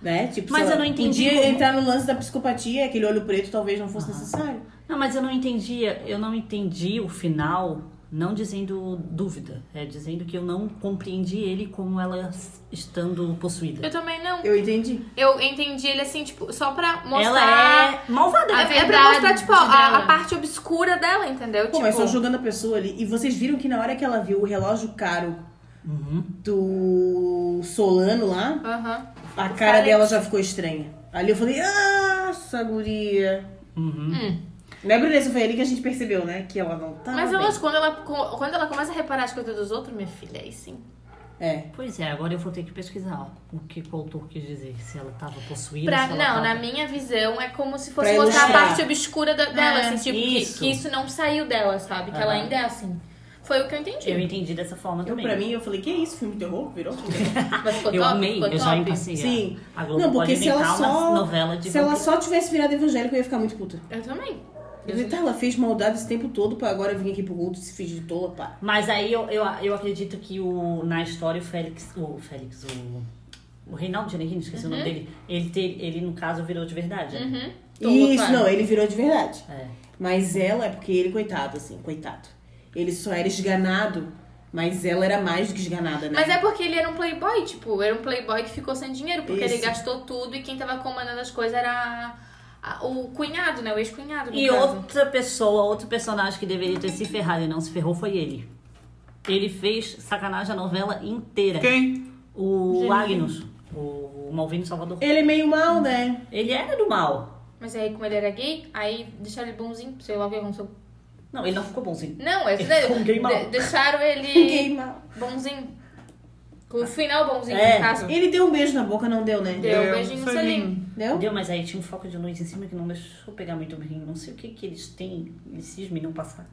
Né? Tipo, Mas sei eu não lá, entendi Podia como- Ah. entrar no lance da psicopatia, aquele olho preto talvez não fosse necessário. Não, mas eu não entendia, eu não entendi o final, não dizendo dúvida, é dizendo que eu não compreendi ele como ela s- estando Eu possuída. também não. Eu entendi. Eu entendi ele assim, tipo, só pra mostrar. Ela é malvada. É, A é pra mostrar, verdade tipo, a, dela. a parte obscura dela, entendeu? Pô, tipo, mas só julgando a pessoa ali. E vocês viram que na hora que ela viu o relógio caro Uhum. do Solano lá, Aham. A cara Alex. dela já ficou estranha. Ali eu falei, ah, essa guria. Né, Brunessa? Foi ali que a gente percebeu, né? Que ela não tá. Hum. Mas eu bem. acho que quando ela, quando ela começa a reparar as coisas dos outros, minha filha, aí sim. É. Pois é, agora eu vou ter que pesquisar ó, o que que o autor quis dizer, se ela estava possuída, Pra- se ela não, tava... na minha visão, é como se fosse Pra mostrar a ilustrar. parte obscura da- dela, É, assim, tipo, que- isso. Que, isso não saiu dela, sabe? Que ela Aham. ainda é assim. Foi o que eu entendi. Eu entendi dessa forma Eu, também. pra mim, eu falei, que é isso? Filme de terror? Virou? Mas ficou eu top, amei, ficou eu já top. encasei a- Sim. a Globo Não, porque pode se ela inventar só- uma novela de Se ela vampiro. só tivesse virado evangélica, eu ia ficar muito puta. Eu também. Eu Uhum. falei, tá, ela fez maldade esse tempo todo pra agora vir aqui pro culto e se fingir de tola, pá. Mas aí eu, eu, eu acredito que o, na história o Félix, o Félix, o, o Reinaldo Giannichini, esqueci o nome dele, ele, te, ele no caso virou de verdade. né? Uhum. Tô Isso, louca. não, ele virou de verdade. É. Mas ela é porque ele, coitado, assim, coitado. Ele só era esganado, mas ela era mais do que esganada, né? Mas é porque ele era um playboy, tipo, era um playboy que ficou sem dinheiro, porque ele Isso. gastou tudo e quem tava comandando as coisas era a- a- o cunhado, né? O ex-cunhado. no E caso. outra pessoa, outro personagem que deveria ter se ferrado e não se ferrou foi ele. Ele fez sacanagem a novela inteira. Quem? O Agnus, o Malvino Salvador. Ele é meio mal, né? Ele era do mal. Mas aí, como ele era gay, aí deixaram ele bonzinho, sei lá o que aconteceu. Não, ele não ficou bonzinho. Não, é isso Ele ficou um gay mau. daí. de- Deixaram Ninguém ele mal. bonzinho. Com o final bonzinho, É. no caso. Ele deu um beijo na boca, não deu, né? Deu. um beijinho no selinho. Deu? Entendeu? Mas aí tinha um foco de luz em cima que não deixou pegar muito bem. Não sei o que que eles têm, eles cismam e não passar.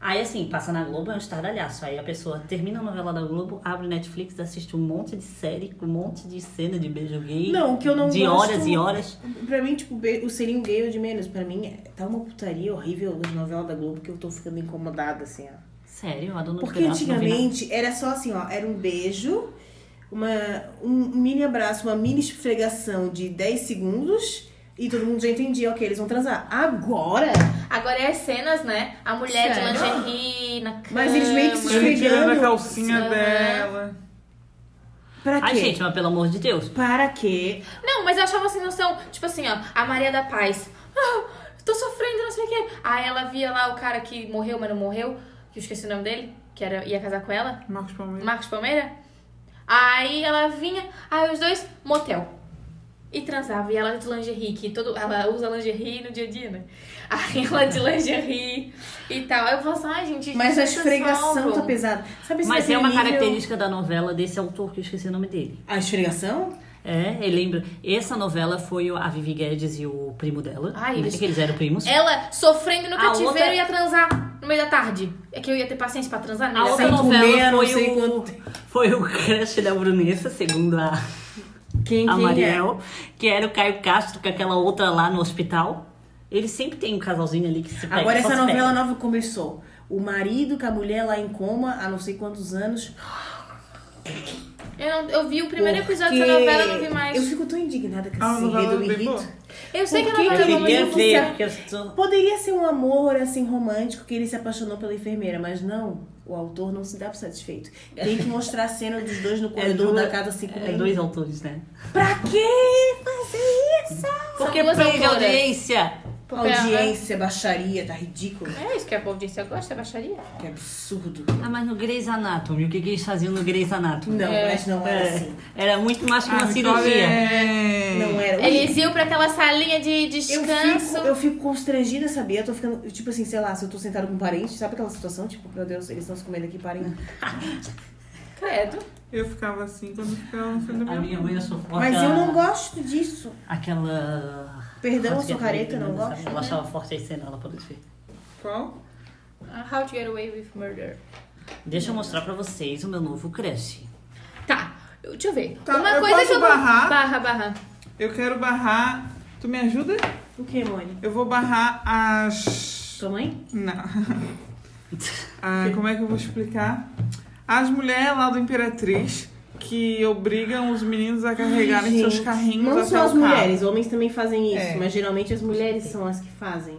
Aí assim, passa na Globo é um estardalhaço. Aí a pessoa termina a novela da Globo, abre o Netflix, assiste um monte de série, com um monte de cena de beijo gay. Não, o que eu não De gosto- horas e horas. Pra mim, tipo, be- o selinho gay é o de menos. Pra mim, é- tá uma putaria horrível nas novelas da Globo que eu tô ficando incomodada, assim, ó. Sério, a dona do Porque pedaço não vi nada. antigamente era só assim, ó, era um beijo, uma, um mini abraço, uma mini esfregação de 10 segundos e todo mundo já entendia, ok, eles vão transar. Agora, Agora é as cenas, né? A mulher de Sério? lingerie na cama. Mas eles meio que se- Ele tirando a Esfregando. calcinha É. Aham. dela. pra quê? Ai, gente, mas pelo amor de Deus. Para quê? Não, mas eu achava sem noção. Tipo assim, ó, a Maria da Paz. Ah, eu tô sofrendo, não sei o quê. Aí ela via lá o cara que morreu, mas não morreu, que eu esqueci o nome dele, que era, ia casar com ela, Marcos Palmeiras. Marcos Palmeira. Aí ela vinha, aí os dois, motel. E transava, e ela de lingerie, que todo, ela usa lingerie no dia a dia, né? Aí ela de lingerie e tal. Aí eu falo assim, ai gente, Mas a vocês esfregação tá salvam. pesada. Sabe esse Mas é uma nível- característica da novela desse autor que eu esqueci o nome dele. A esfregação? É, eu lembro. Essa novela foi a Vivi Guedes e o primo dela. Ai, Não eles- sei que eles eram primos. Ela sofrendo no A cativeiro outra- ia transar no meio da tarde. É que eu ia ter paciência pra transar no A meio da outra tarde. sem comer, novela não foi sei o, foi o crush da Brunessa, segundo a, Quem, a quem é? Mariel, que era o Caio Castro com aquela outra lá no hospital. Ele sempre tem um casalzinho ali que se pega. Agora só essa se novela pega. nova começou. O marido com a mulher lá em coma há não sei quantos anos. Eu, não- eu vi o primeiro episódio Porque dessa novela, eu não vi mais. Eu Eu, fico tão indignada com Ah, uma esse novela enredo, eu me bem boa. irrito. sei que Por a novela é que que Eu boa, mas queria não ver, funciona. porque eu sou... Poderia ser um amor assim romântico que ele se apaixonou pela enfermeira, mas não. O autor não se dá por satisfeito. Tem que mostrar a cena dos dois no É corredor dois, da casa se é comendo. dois autores, né? Pra que fazer isso? Porque duas pega autoras. audiência. Porque é, né? a- Audiência, baixaria, tá ridículo. É isso que a audiência gosta, é baixaria. Que absurdo. Ah, mas no Grey's Anatomy, o que, que eles faziam no Grey's Anatomy? Não, É. mas não era É, assim. era muito mais que uma Ah, cirurgia. é. Vitória! Não era. Eles iam pra aquela salinha de Eu descanso. fico, eu fico constrangida, sabia? Eu tô ficando, eu, tipo assim, sei lá, se eu tô sentada com um parente, sabe aquela situação? Tipo, meu Deus, eles estão se comendo aqui, parem. Ah. Credo. Eu ficava assim quando ficava no filho da A minha minha mãe é suporta. Mas eu Ah. não gosto disso. Aquela. Perdão, eu Acho que sou é careta, não sabe? gosto. Ela achava forte aí cena, ela pode ver. Qual? Ah, How to get away with murder. Deixa eu mostrar pra vocês o meu novo crush. Tá, eu- deixa eu ver. Tá, Uma eu coisa posso que eu. barrar? Barra, barra. Eu quero barrar. Tu me ajuda? O que, Mônica? Eu vou barrar as. Sua mãe? Não. Ah, como é que eu vou explicar? As mulheres lá do Imperatriz que obrigam os meninos a carregarem Ai, seus gente. carrinhos Não até só o as um carro. mulheres, homens também fazem isso, É. mas geralmente as mulheres são as que fazem.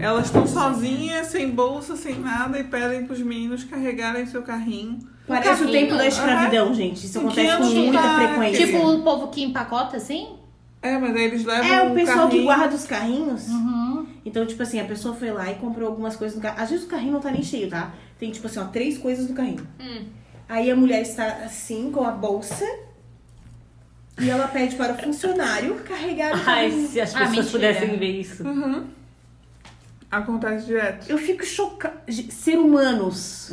Elas estão sozinhas, sem bolsa, sem nada e pedem pros meninos carregarem seu carrinho. Parece o carrinho. tempo da escravidão, gente. Isso Em acontece com 500 muita lugares. frequência. Tipo o povo que empacota, assim? É, mas aí eles levam é o pessoal que carrinho. guarda os carrinhos. Então, tipo assim, a pessoa foi lá e comprou algumas coisas no carro. Às vezes o carrinho não tá nem cheio, tá? Tem, tipo assim, ó, três coisas no carrinho. Aí a mulher está assim, com a bolsa, E ela pede para o funcionário carregar o Ai, caminho. se as Ah, pessoas mentira. pudessem ver isso. Acontece direto. Eu fico chocada. Ser humanos.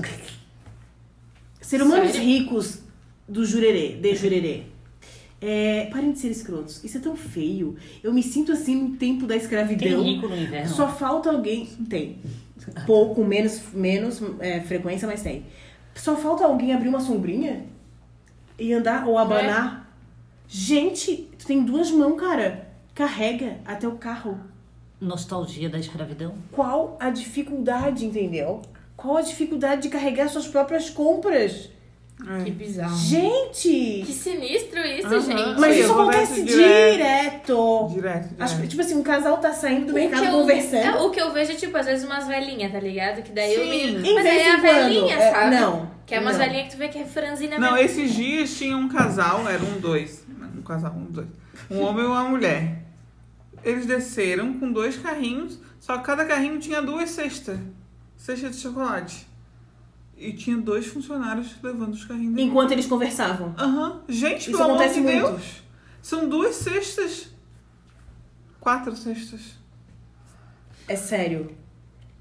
Ser humanos Sério? ricos do jurerê, de jurerê. É, parem de ser escrotos. Isso é tão feio. Eu me sinto assim no tempo da Tem escravidão. rico no É, inverno. Só falta alguém. Tem. Pouco, menos, menos é, frequência, mas tem. Só falta alguém abrir uma sombrinha e andar ou É. abanar. Gente, tu tem duas mãos, cara. Carrega até o carro. Nostalgia da escravidão. Qual a dificuldade, entendeu? Qual a dificuldade de carregar suas próprias compras? É, Que bizarro. Ah. Que Gente! sinistro isso, Aham. gente. Mas Sim, isso acontece acontece direto. direto. Direto, direto. As- tipo assim, um casal tá saindo do mercado É. eu, conversando. é, o que eu vejo é, tipo, às vezes umas velhinhas, tá ligado? Que daí eu Sim. me... Em Mas vez aí é a em quando, velhinha, é, sabe? não, Que é umas não. velhinhas que tu vê que é franzina Não, mesmo. esses dias tinha um casal, era um dois. Um casal, um dois. Um homem e uma mulher. Eles desceram com dois carrinhos, só que cada carrinho tinha duas cestas. Cesta de chocolate. E tinha dois funcionários levando os carrinhos. de Enquanto eles conversavam. Aham. Gente, Isso pelo amor acontece de muito. Deus. São duas cestas. Quatro cestas. É sério.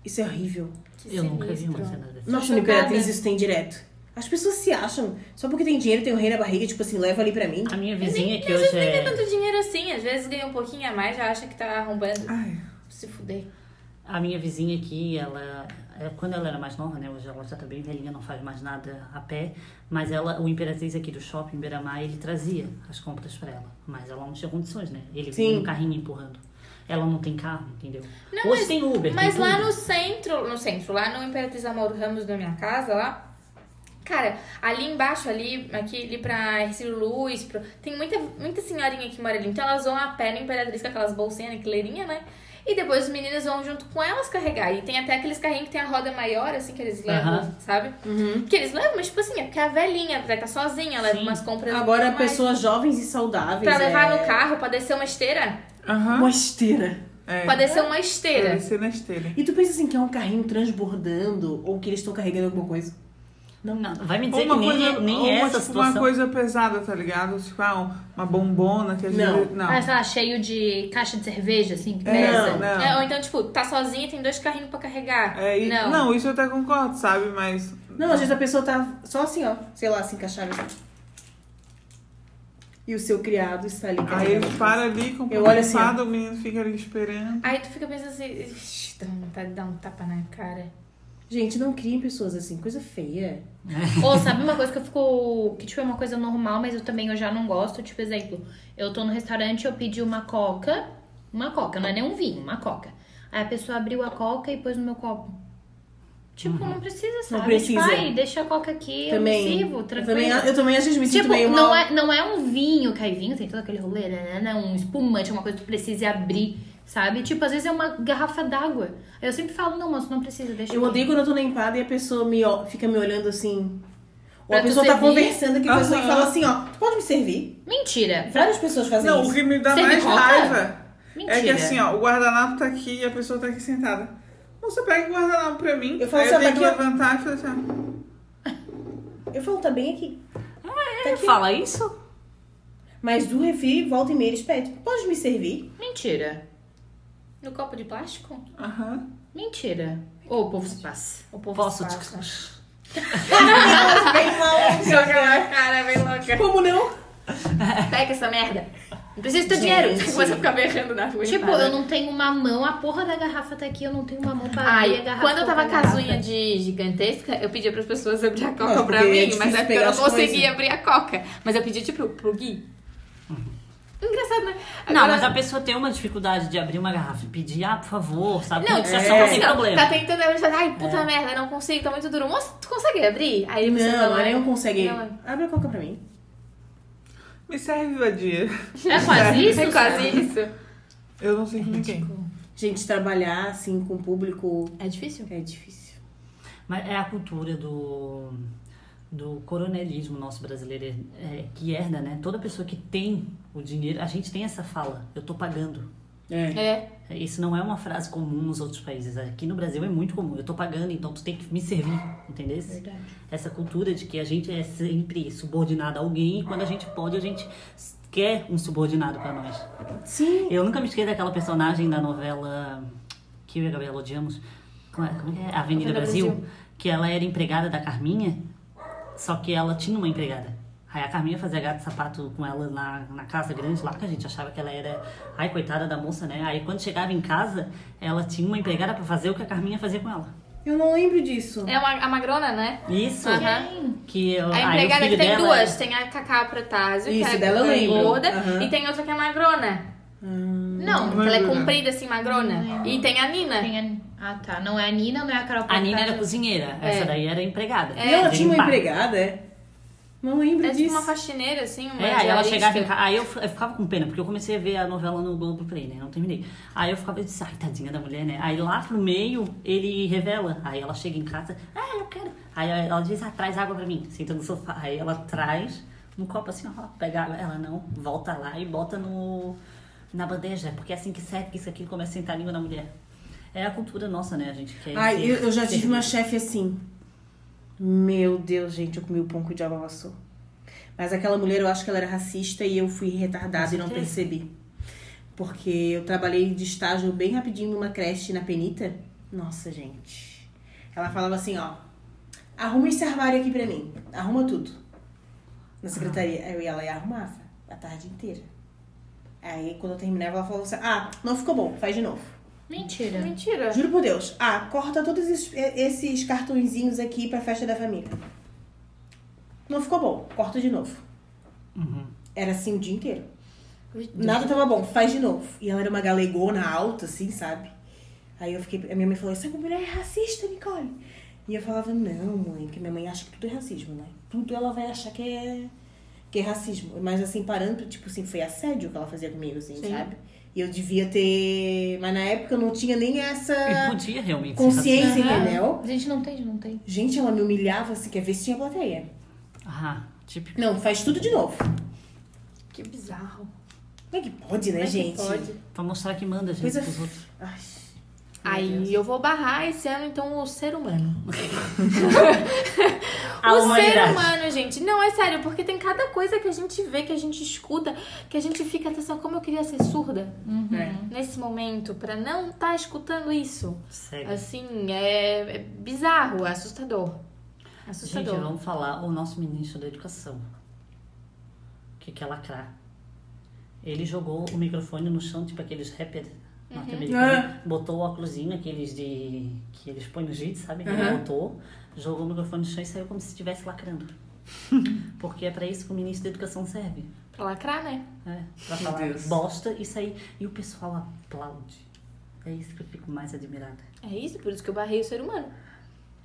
Isso é horrível. Que Eu nunca vi uma sinistro. cena dessa. Nossa, no Chocada. Imperatriz isso tem direto. As pessoas se acham, só porque tem dinheiro, tem o rei na barriga, tipo assim, leva ali pra mim. A minha vizinha, que Às vezes hoje nem tem é. tanto dinheiro assim. Às vezes ganha um pouquinho a mais, já acha que tá arrombando. Ai. Se fuder. A minha vizinha aqui, ela. é, Quando ela era mais nova, né? Hoje ela já tá bem velhinha, não faz mais nada a pé. Mas ela, o Imperatriz aqui do shopping Beira-Mar, ele trazia as compras pra ela. Mas ela não tinha condições, né? Ele vinha Sim. no carrinho empurrando. Ela não tem carro, entendeu? Não, hoje mas- tem Uber. Mas tem lá tudo. no centro, no centro, lá no Imperatriz Amor Ramos da minha casa, lá. Cara, ali embaixo, ali, aqui, ali pra Ercílio Luz, pro- tem muita, muita senhorinha que mora ali. Então elas vão a pé no Imperatriz com aquelas bolsinhas, naquileirinha, né? E depois os meninos vão junto com elas carregar. E tem até aqueles carrinhos que tem a roda maior, assim, que eles levam, Aham. Uhum. sabe? Que eles levam, mas tipo assim, é porque a velhinha vai tá sozinha, leva Sim. umas compras. Agora, normais. pessoas jovens e saudáveis. Pra levar é... no carro, pra descer uma esteira. Aham. Uma esteira. É. Pra descer uma Pra esteira. descer na esteira. E tu pensa assim que é um carrinho transbordando ou que eles estão carregando alguma coisa? Não, não. Vai me Ou dizer uma que nem, coisa, nem ou uma, é essa tipo, situação. uma coisa pesada, tá ligado? Tipo, ah, um- uma bombona que a gente. Não. não. Ah, sei lá, cheio de caixa de cerveja, assim, que É, pesa. não, É, ou então, tipo, tá sozinha e tem dois carrinhos pra carregar. É, e- não. isso eu até concordo, sabe? Mas. Não, às vezes a pessoa tá só assim, ó, sei lá, se encaixada. assim. E o seu criado está ali Aí carregando. ele para ali com Eu olho assim, ó. preocupado, o menino fica ali esperando. Aí tu fica pensando assim, "Ixi, dá vontade de dar um tapa na cara. Gente, não criem pessoas assim, coisa feia. Ou sabe uma coisa que eu fico. Que tipo é uma coisa normal, mas eu também eu já não gosto. Tipo, exemplo, eu tô no restaurante, eu pedi uma coca. Uma coca, não é nem um vinho, uma coca. Aí a pessoa abriu a coca e pôs no meu copo. Tipo, não precisa, sabe? precisa. Vai, deixa a coca aqui, eu me também. sirvo, eu É tranquilo. também. Eu também às vezes me sinto Tipo, meio não, mal. é, não é um vinho, que aí vinho tem todo aquele rolê, né? Não é um espumante, é uma coisa que tu precisa abrir, sabe? Tipo, às vezes é uma garrafa d'água. Aí eu sempre falo, não, moço, não precisa, deixa Eu aqui. odeio quando eu tô na empada e a pessoa me, ó- fica me olhando assim. Ou Pra a tu pessoa tá servir? conversando com a pessoa e Aham. fala assim, ó, "Tu pode me servir? Mentira, Várias pessoas fazem Não, o isso. que me dá Você mais me conta? raiva mentira. é que assim, ó, o guardanapo tá aqui e a pessoa tá aqui sentada. Você pega o guardanapo pra mim, Eu falo aí assim, eu ó, tenho tá que aqui, ó. levantar e fazer assim. ó. Eu falo, tá bem aqui. tá aqui. Fala isso? Mas do refri, volta e meia, eles pedem. Pode me servir? Mentira. No copo de plástico? Aham. Mentira. Ô, o povo se passa. O povo se Posso te. passa. Elas vêm lá, Joga na cara, vem louca. Como não? Pega essa merda. Não precisa de teu Gente. dinheiro. Você começa a ficar berrando na rua. Tipo, para. eu não tenho uma mão, a porra da garrafa tá aqui, eu não tenho uma mão pra abrir a Ai, garrafa. quando eu tava com com a casunha de gigantesca, eu pedia pras pessoas abrir a coca Nossa, pra porque é mim, difícil mas é porque eu pegar não as coisas. conseguia abrir a coca. Mas eu pedi, tipo, pro Gui. Uhum. Engraçado, né? Não, Agora- mas a pessoa tem uma dificuldade de abrir uma garrafa e pedir, ah, por favor, sabe? Não, Isso tipo é assim, só não tem ó, problema. tá tentando abrir, fala, ai, puta merda, não consigo, tá muito duro. Moço, tu consegue abrir? Aí ele me Não, é um sentou ela lá. né? não consegue. é? Não. Abre a coca pra mim. Me serve, vadia. É quase isso? É quase sabe? isso. Eu não sei com ninguém. Gente, trabalhar assim com o público É difícil? é difícil. Mas é a cultura do, do coronelismo nosso brasileiro, é, que herda, né? Toda pessoa que tem o dinheiro, a gente tem essa fala, eu tô pagando. É. É. Isso não é uma frase comum nos outros países. Aqui no Brasil é muito comum. Eu tô pagando, então tu tem que me servir, entendeu? Essa cultura de que a gente é sempre subordinado a alguém e quando a gente pode, a gente s- quer um subordinado pra nós. Sim. Eu nunca me esqueci daquela personagem da novela que eu e a Gabriela odiamos. Como é, como é que é? Avenida Brasil, Que ela era empregada da Carminha, só que ela tinha uma empregada. Aí a Carminha fazia gato e sapato com ela na, na casa grande lá, que a gente achava que ela era. Ai, coitada da moça, né? Aí quando chegava em casa, ela tinha uma empregada pra fazer o que a Carminha fazia com ela. Eu não lembro disso. É uma, a magrona, né? Isso. Aham. Que eu, A aí Ah, o empregada filho que tem dela- é. duas. Tem a Cacá Protásio, que Isso, é dela eu lembro. gorda. Aham. E tem outra que é magrona. Não, Não que ela é lembro, né? comprida assim, magrona. E tem a Nina. Tem a- Ah, tá. Não é a Nina, não é a Carol A Nina era Conká. cozinheira, É. essa daí era empregada. E ela tinha uma Limpar. empregada, é? Não lembro É tipo disso. uma faxineira, assim, uma É, aí ela diarista. chegava em casa. Aí eu, f- eu ficava com pena, porque eu comecei a ver a novela no Globo Play, né? Não terminei. Aí eu ficava, eu disse, ai, tadinha da mulher, né? Aí lá pro meio ele revela. Aí ela chega em casa, ah, eu quero. Aí ela diz, ah, traz água pra mim. Senta no sofá. Aí ela traz um copo assim, ó, pega água. Ela não, volta lá e bota no, na bandeja, porque é assim que serve, que isso aqui começa a sentar a língua na mulher. É a cultura nossa, né? A gente quer. Ai, ser- eu, eu já tive ser- uma chefe assim. Meu Deus, gente, eu comi o pão que o diabo amassou. Mas aquela mulher, eu acho que ela era racista e eu fui retardada e não certeza. percebi. Porque eu trabalhei de estágio bem rapidinho numa creche na Penita. Nossa, gente. Ela falava assim, ó. Arruma esse armário aqui pra mim. Arruma tudo. Na secretaria. Aí Eu ia lá e arrumava. A tarde inteira. Aí quando eu terminava, ela falava assim, ah, não ficou bom, faz de novo. Mentira. Mentira. Juro por Deus. Ah, corta todos esses, eh, esses cartõezinhos aqui pra festa da família. Não ficou bom. Corta de novo. Era assim o dia inteiro. Nada tava bom. Faz de novo. E ela era uma galegona alta, assim, sabe? Aí eu fiquei... A minha mãe falou, essa mulher é racista, Nicole. E eu falava, não, mãe. Porque minha mãe acha que tudo é racismo, né? Tudo ela vai achar que é... Que é racismo. Mas assim, parando, tipo assim, foi assédio que ela fazia comigo, assim, Sim. sabe? E eu devia ter... Mas na época eu não tinha nem essa E podia realmente. ser consciência, Aham. entendeu? A gente não tem, não tem. Gente, ela me humilhava assim, quer ver se tinha plateia. racista. Ah, típico. Não, faz tudo de novo. Que bizarro. Como é que pode, né, Como é que gente? pode? Pra mostrar que manda, gente, Coisa pros outros. Ai, Aí eu vou barrar esse ano, então, o ser humano. A o ser humanidade. humano, gente. Não, é sério, porque tem cada coisa que a gente vê, que a gente escuta, que a gente fica atenção, como eu queria ser surda é. nesse momento, pra não estar escutando isso. Sério. Assim, é, é bizarro, é assustador. Gente, Assustador. vamos falar o nosso ministro da educação. Que quer lacrar. Ele jogou o microfone no chão, tipo aqueles rappers Uhum. norte-americanos. Botou o óculosinho, aqueles de. que eles põem no jeito, sabe? Ele botou, jogou o microfone no chão e saiu como se estivesse lacrando. Porque é pra isso que o ministro da educação serve. Pra lacrar, né? É, pra falar Deus. bosta e sair. E o pessoal aplaude. É isso que eu fico mais admirada. É isso, por isso que eu barrei o ser humano.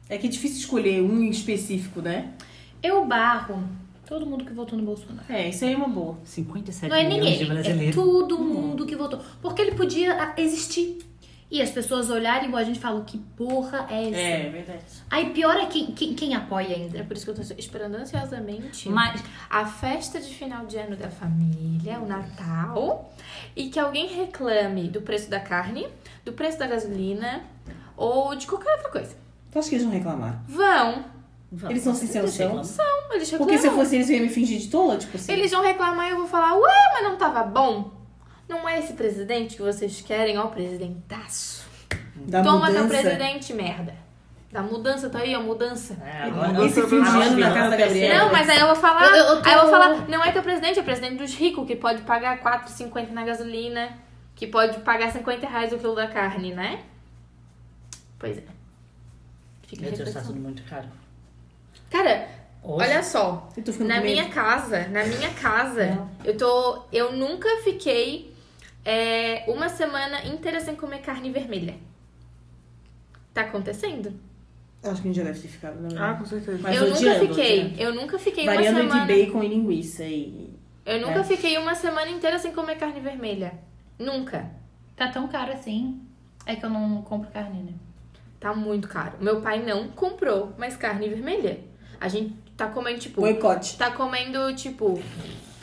É que é difícil escolher um em específico, né? Eu barro todo mundo que votou no Bolsonaro. É, isso aí é uma boa. 57 Não é milhões ninguém, de é brasileiros. todo mundo que votou. Porque ele podia ah, existir. E as pessoas olharem igual a gente fala, que porra é essa? verdade. Aí pior é quem, quem, quem apoia É ainda. por isso que eu tô esperando ansiosamente Mas a festa de final de ano da família, o Natal, e que alguém reclame do preço da carne, do preço da gasolina ou de qualquer outra coisa. Tu acha que eles vão reclamar? Vão, Eles são sem Vamos, noção? vamos. Não, eles reclamam. Porque se eu fosse eles, eu ia me fingir de tola, tipo assim. Eles vão reclamar e eu vou falar, ué, mas não tava bom? Não é esse presidente que vocês querem, ó, o presidentaço. Da Toma teu mudança. presidente, merda. Da mudança, tá aí a mudança. É, agora- Esse Eu fim de ano sou na brasileira. casa da Gabriela. Não, mas aí eu vou falar. Eu- eu tô- Aí eu vou falar, não é teu presidente, é o presidente dos ricos, que pode pagar 4,50 na gasolina, que pode pagar 50 reais o quilo da carne, né? Pois é. Fica a Meu Deus, tá reflexão. tudo muito caro. Cara, Hoje, olha só. Eu tô ficando Na com medo. É. minha casa, na minha casa, eu tô. Eu nunca fiquei é, uma semana inteira sem comer carne vermelha. Tá acontecendo? Acho que a gente já deve ter ficado, né? Ah, com certeza. Mas eu nunca odiando, fiquei. odiando. Eu nunca fiquei uma Variando semana. entre bacon e linguiça. E... Eu nunca É. fiquei uma semana inteira sem comer carne vermelha. Nunca. Tá tão caro assim. É que eu não compro carne, né? Tá muito caro. Meu pai não comprou mais carne vermelha. A gente tá comendo, tipo. Boicote. Tá comendo, tipo.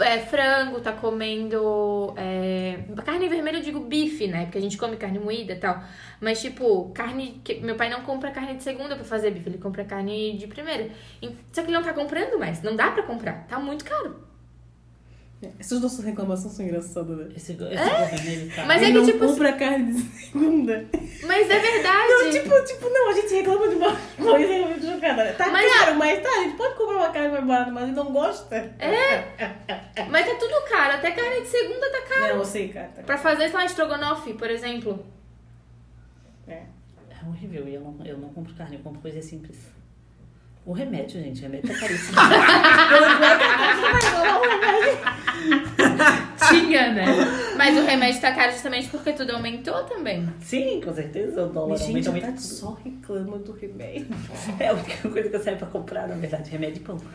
é, frango, tá comendo. é, carne vermelha, eu digo bife, né? Porque a gente come carne moída e tal. Mas, tipo, carne. que- Meu pai não compra carne de segunda pra fazer bife, ele compra carne de primeira. E- Só que ele não tá comprando mais. Não dá pra comprar. Tá muito caro. Essas nossas reclamações são engraçadas, né? Esse, esse governo, ele tá... Mas é Quem que, não tipo, compra carne de segunda. Mas é verdade. Não, tipo, tipo, não, a gente reclama de uma coisa é muito chocada. né? Tá Mas- caro, mas tá, a gente pode comprar uma carne mais barata, mas ele não gosta. é. Mas tá tudo caro. Até carne de segunda tá caro. Não, eu sei, cara. tá- Pra fazer, sei lá, estrogonofe, por exemplo. É horrível. E eu não, eu não compro carne, eu compro coisas simples. O remédio, gente, o remédio tá caríssimo. Tinha, né? Mas o remédio tá caro justamente porque tudo aumentou também. Sim, com certeza. O dólar Mas, gente, aumenta a muito. Tati só reclama do remédio. É a única coisa que eu saio pra comprar, na verdade, remédio e pão.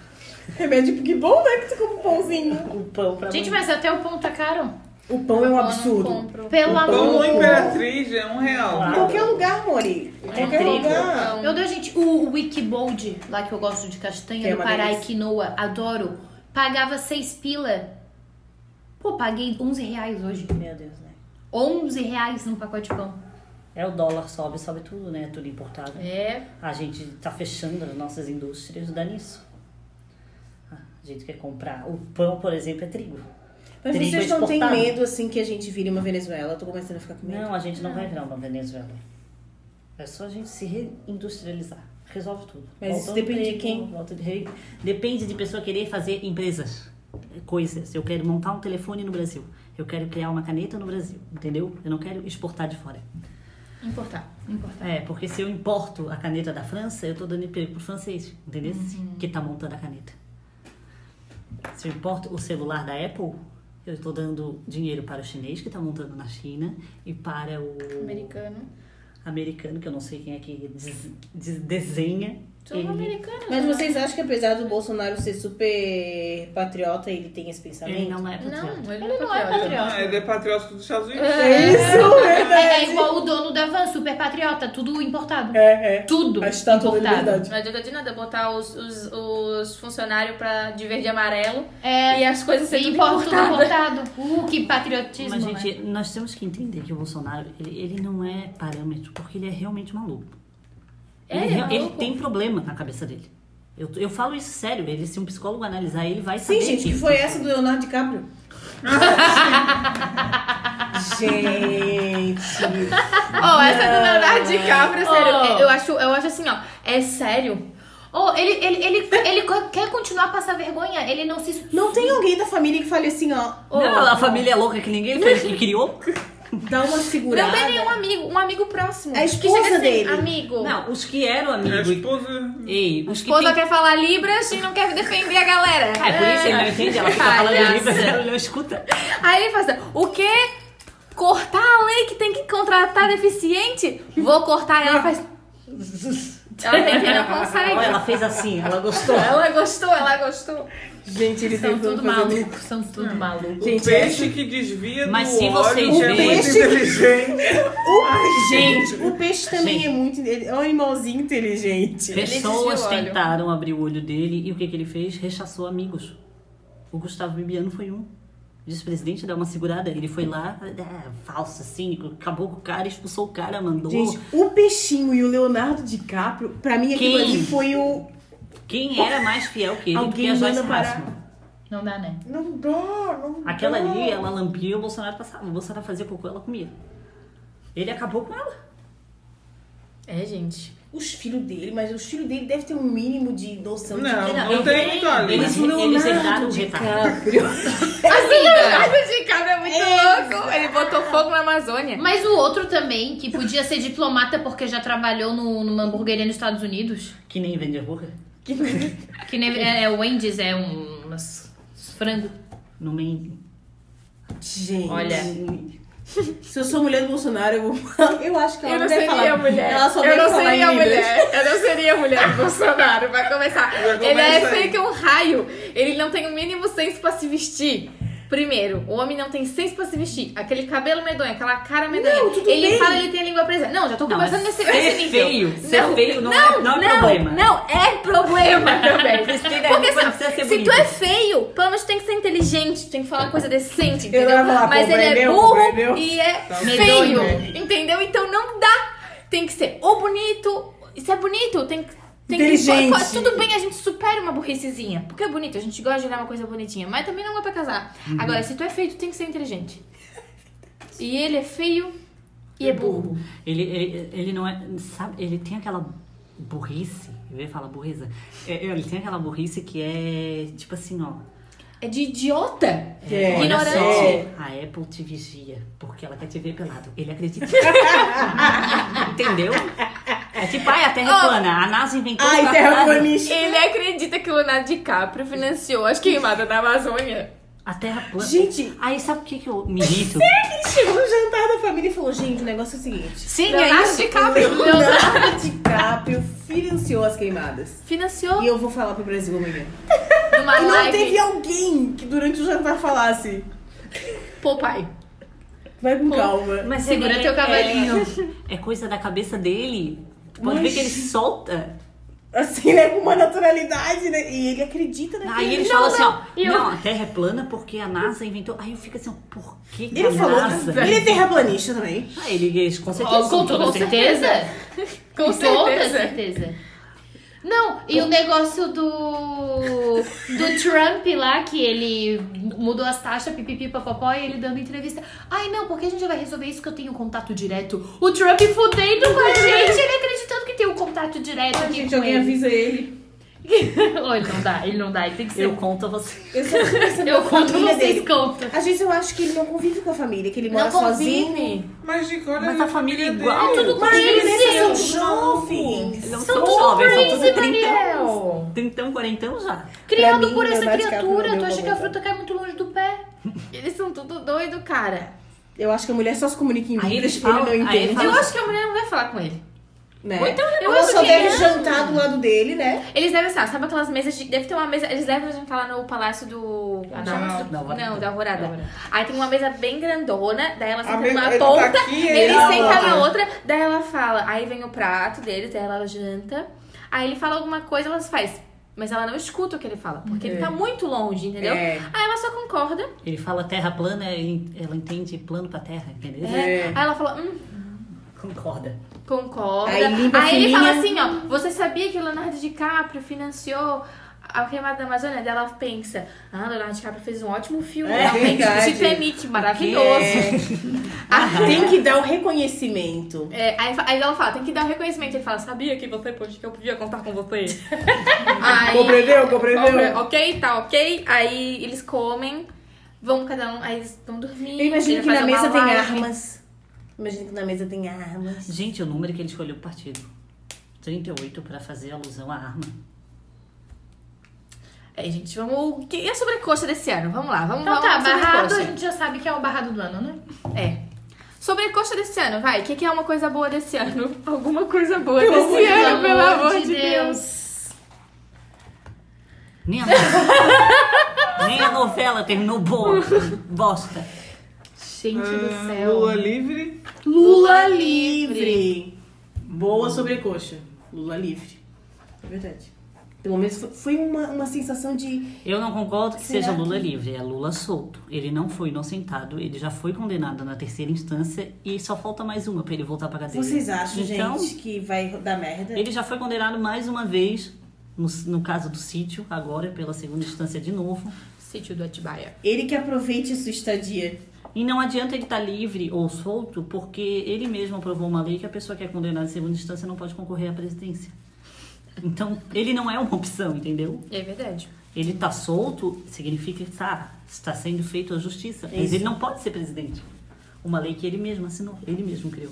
Remédio, que bom, né? Que tu compra um pãozinho. O pão pra Gente, mãe. mas até o pão tá caro. O pão é um Eu não absurdo. compro. Pelo Pão amor. Imperatriz é um real. Em qualquer lugar, Mori. Em qualquer trigo. É um lugar. Meu Deus, gente, o Wikibold, lá que eu gosto de castanha Que é do uma Pará e delícia. quinoa, adoro, pagava seis pila. Pô, paguei 11 reais hoje. Meu Deus, né? 11 reais num pacote de pão. É o dólar sobe, sobe tudo, né? Tudo importado. É. A gente tá fechando as nossas indústrias, dá nisso. A gente quer comprar. O pão, por exemplo, é trigo. Mas Trigo vocês não têm exportado. medo, assim, que a gente vire uma Venezuela? Eu tô começando a ficar com medo. Ah. Não, a gente não vai virar uma Venezuela. É só a gente se reindustrializar. Resolve tudo. Mas Volta isso o depende de emprego, quem? volta de re- Depende de pessoa querer fazer empresas, coisas. Eu quero montar um telefone no Brasil. Eu quero criar uma caneta no Brasil, entendeu? Eu não quero exportar de fora. Importar, Tá. importar. É, porque se eu importo a caneta da França, eu tô dando emprego pro francês, entendeu? Uhum. Que tá montando a caneta. Se eu importo o celular da Apple, eu estou dando dinheiro para o chinês que tá montando na China e para o Americano. americano, que eu não sei quem é que des- des- desenha. Tudo ele. americano. Mas né? vocês acham que apesar do Bolsonaro ser super patriota, ele tem esse pensamento? Ele não é patriota. Não, ele, Ele não é patriota. patriota. Ah, ele é patriótico dos Estados Unidos. É isso, É, verdade. igual o dono da van, super patriota, tudo importado. É, é. Tudo A estátua da importado. liberdade. Não adianta de nada botar os, os, os funcionários pra, de verde e amarelo É, e as coisas e serem importa tudo importadas. importado. Uh, que patriotismo, Mas, né? é. gente, nós temos que entender que o Bolsonaro, ele, ele não é parâmetro, porque ele é realmente maluco. É, ele, ele é re- ele maluco. tem problema na cabeça dele. Eu, eu falo isso sério, ele, se um psicólogo analisar, ele vai Sim, saber gente, que isso. foi essa do Leonardo DiCaprio? gente. Ó, essa do Leonardo DiCaprio, sério. é, Oh. Eu, acho, eu acho assim, ó. É sério. Oh, ele, ele, ele, ele co- quer continuar a passar vergonha, ele não se... Não tem alguém da família que fale assim, ó, Não, a família é louca que ninguém fez, que criou. dá uma Não segurada. tem nenhum amigo, um amigo próximo. É A que esposa chega assim, dele. amigo. Não, os que eram É a amigos. esposa. Ei, os que esposa tem... quer falar Libras e não quer defender a galera. Ah, é por isso ele não entende, ela fica falando de livro, Palhaça. ele não escuta. Aí ele fala assim, o quê? Cortar a lei que tem que contratar deficiente? Vou cortar ela faz. Ela tem que não Ó, consegue. ela fez assim, ela gostou. Ela gostou, ela gostou. Gente, eles São tentam tudo fazer- malucos, são tudo malucos. O Gente, peixe que desvia Mas do se óleo vocês que é verem- muito inteligente. Gente, o peixe também Gente. é muito. ele É um animalzinho inteligente. Pessoas desviou o olho. tentaram abrir o olho dele e o que, que ele fez? Rechaçou amigos. O Gustavo Bibiano foi um. Disse, presidente, dá uma segurada. Ele foi lá, é, falso, cínico, acabou com o cara, expulsou o cara, mandou. Gente, o peixinho e o Leonardo DiCaprio, pra mim aquilo Quem? ali foi o. Quem era mais fiel que ele? Alguém porque a Joyce manda parar. Hasselman. Não dá, né? Não dá, não dá. Aquela ali, ela lambia e o Bolsonaro passava. O Bolsonaro fazia cocô, ela comia. Ele acabou com ela. É, gente. Os filhos dele, mas os filhos dele devem ter um mínimo de noção de Não, não eu tem tenho. muito né? óleo. Eles- Mas o Leonardo eles herdaram o DiCaprio. Assim, o Leonardo DiCaprio é muito louco. Ele botou fogo na Amazônia. Mas o outro também, que podia ser diplomata porque já trabalhou no, numa hamburgueria nos Estados Unidos, Que nem vende hambúrguer. que nem, é, é o Wendy's, é um umas, uns frango. Não mente. Gente. Olha. Se eu sou mulher do Bolsonaro, eu vou. Eu acho que ela Eu não deve seria falar. mulher. Ela só eu deve não falar seria em inglês. mulher. Eu não seria mulher do Bolsonaro. Vai começar. Já começa Ele é aí. feio que um raio. Ele não tem o mínimo senso pra se vestir. Primeiro, o homem não tem senso pra se vestir. Aquele cabelo medonho, aquela cara medonha. Não, tudo ele bem. fala, ele tem a língua presa. Não, já tô Não, mas começando nesse, ser nesse nível. feio, ser feio não é- não é problema. Não, é problema também. Cristina, Porque não assim, precisa se ser tu bonita. é feio, pelo menos tu tem que ser inteligente, tu tem que falar coisa decente, Eu entendeu? ia falar, Mas ele é compreendeu, burro compreendeu? Tá. e é feio, Medonho. entendeu? Então não dá. Tem que ser ou bonito, e se é bonito, tem que Tem Inteligente. Que, tudo bem, a gente supera uma burricezinha. Porque é bonito, a gente gosta de olhar uma coisa bonitinha. Mas também não é pra casar. Uhum. Agora, se tu é feio, tu tem que ser inteligente. E ele é feio e é burro. Ele, ele, ele não é. Sabe, ele tem aquela burrice. Eu ia falar burrice. É, ele tem aquela burrice que é tipo assim, ó. É de idiota. É, olha Ignorante. só, A Apple te vigia, porque ela quer te ver pelado. Ele acredita. Entendeu? É tipo, ai, a Terra é Ó. plana. A NASA inventou Oh. Ai, essa terra é frase. planista. Ele acredita que o Leonardo DiCaprio financiou as queimadas na Amazônia. A Terra é plana. Gente. Aí sabe o que, que eu me irrito? Ele chegou no jantar da família e falou, gente, o negócio é o seguinte. Sim, Leonardo DiCaprio. Leonardo DiCaprio financiou as queimadas. Financiou E eu vou falar pro Brasil amanhã. numa E não live. teve alguém que durante o jantar falasse, Pô, pai. vai com calma. Mas Segura é- teu cavalinho. É, é coisa da cabeça dele. Tu pode ver que ele solta. Assim, né? Com uma naturalidade, né? E ele acredita naquilo. Aí ele Não, fala assim, ó. eu- Não, a Terra é plana porque a NASA inventou. Aí eu fico assim, ó, por que, que Ele a falou. NASA... Ele é terraplanista também. Ah, ele, ele com certeza. Ó, com toda com certeza. Com Toda certeza. certeza. Não, e o negócio do do Trump lá, que ele mudou as taxas, pipipi, papapó, e ele dando entrevista. Ai, não, porque a gente vai resolver isso que eu tenho contato direto. O Trump fudendo com a gente, ele acreditando que tem um contato direto aqui com ele. ele. Olha, ele não dá, ele não dá, ele tem que ser... Eu conto a você. Eu só fico pensando Eu na conto, família vocês dele. contam. Às vezes eu acho que ele não convive com a família, que ele mora sozinho. Mas, né? Dica, olha Mas aí a família é dele. igual. tudo Mas eles Brasil. são assim, jovens. Não São são tudo jovens, são crazy, tudo trintão. Mariel. Trintão, quarentão já. Criado mim, por essa Leonardo DiCaprio não criatura, deu tu acha que a boa fruta cai muito longe do pé. Eles são tudo doido, cara. Eu acho que a mulher só se comunica em Aí vida, eles ele falam- não aí entende. fala- Eu acho que a mulher não vai falar com ele. né? Ou então ele Ela gosta só de deve criança. jantar do lado dele, né? Eles devem estar, sabe aquelas mesas de. Deve ter uma mesa. Eles devem jantar lá no palácio do. Ah, chama não. do- Da Alvorada. Não, da Alvorada. Aí tem uma mesa bem grandona, daí ela A senta mesa- numa ele tá ponta, aqui, ele é ele- senta na Ah. outra, daí ela fala. Aí vem o prato deles, daí ela janta. Aí ele fala alguma coisa, ela faz. Mas ela não escuta o que ele fala, porque ele tá muito longe, entendeu? É. Aí ela só concorda. Ele fala terra plana, ele- ela entende plano pra terra, entendeu? é. Aí ela fala, hum, Concorda. Concorda. Aí limpa a ele filhinha. fala assim, ó, você sabia que o Leonardo DiCaprio financiou a queimada da Amazônia? Daí ela pensa, ah, Leonardo DiCaprio fez um ótimo filme, É realmente, verdade. É. Titanic, maravilhoso. Ah, Tem que dar o reconhecimento. É, aí, fa- aí ela fala, tem que dar um reconhecimento. Ele fala, sabia que você, poxa, que eu podia contar com você? aí, Compreendeu? Compreendeu? ok, tá ok. Aí eles comem, vão cada um, aí eles vão dormir. Eu imagino ele que faz na uma mesa tem live. armas. Imagino que na mesa tem armas. Gente, o número que ele escolheu o partido. 38 pra fazer alusão à arma. É, gente, vamos... o que- E a sobrecoxa desse ano? Vamos lá, vamos Então vamos tá, pra barrado sobrecoxa. a gente já sabe que é o barrado do ano, né? É. Sobrecoxa desse ano, vai. O que, que é uma coisa boa desse ano? Alguma coisa boa Pelo amor desse de ano, pelo amor de Deus. Nem a novela, nem a novela terminou boa. Bosta. Gente do Ah, céu. Lula livre. Lula livre. Boa sobrecoxa. Lula livre. É verdade. Pelo menos fo- foi uma, uma sensação de. Eu não concordo que Será seja que- Lula livre, é Lula solto. Ele não foi inocentado, ele já foi condenado na terceira instância e só falta mais uma pra ele voltar pra cadeia. Vocês acham, então, gente, que vai dar merda? Ele já foi condenado mais uma vez, no, no caso do sítio, agora é pela segunda instância de novo. Sítio do Atibaia. Ele que aproveite a sua estadia. E não adianta ele estar livre ou solto, porque ele mesmo aprovou uma lei que a pessoa que é condenada em segunda instância não pode concorrer à presidência. Então, ele não é uma opção, entendeu? É verdade. Ele está solto, significa que tá- está sendo feito a justiça. Mas Isso. ele não pode ser presidente. Uma lei que ele mesmo assinou, ele mesmo criou.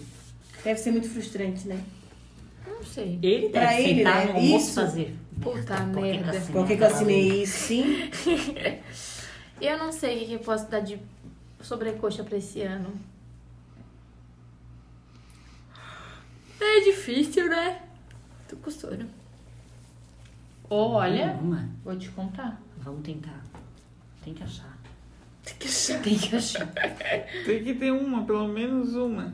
Deve ser muito frustrante, né? Não sei. Ele deve Pra ele, sentar né? no almoço Isso. fazer. tá Puta por que que merda. assinaram Por que, que eu aquela lei? assinei isso? Sim. Eu não sei o que, que eu posso dar de sobrecoxa pra esse ano. É difícil, né? Tô costurando. Ou olha, Nenhuma. vou te contar. É, Vamos tentar. Tem que achar. Tem que achar. Tem que ter uma, pelo menos uma.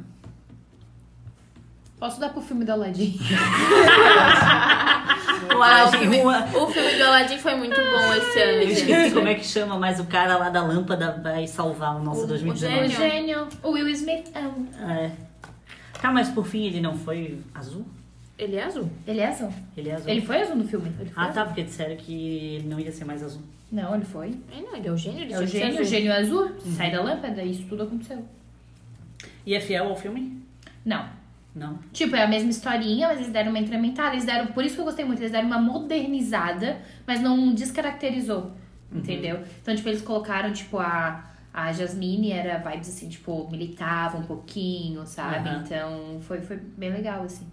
Posso dar pro filme da Aladdin? Coragem, rua. O filme do Aladdin foi muito bom esse Ah, Eu ano, gente. esqueci como é que chama, mas o cara lá da lâmpada vai salvar o nosso O- o 2019. O Gênio. Ah, gênio. O Will Smith. é um- É. Tá, mas por fim ele não foi azul? Ele é azul. Ele é azul. Ele é azul. Ele foi azul no filme. Ele foi Ah, azul. tá, porque disseram que ele não ia ser mais azul. Não, ele foi. Ele não, ele é o gênio. Ele É o tinha que ser gênio, o azul. Uhum. gênio azul. Sai da lâmpada, isso tudo aconteceu. E é fiel ao filme? Não. Não. Tipo, é a mesma historinha, mas eles deram uma incrementada. Eles deram, por isso que eu gostei muito, eles deram uma modernizada, mas não descaracterizou. Uhum. Entendeu? Então, tipo, eles colocaram, tipo, a, a Jasmine era vibes assim, tipo, militava um pouquinho, sabe? Aham. Então, foi, foi bem legal, assim.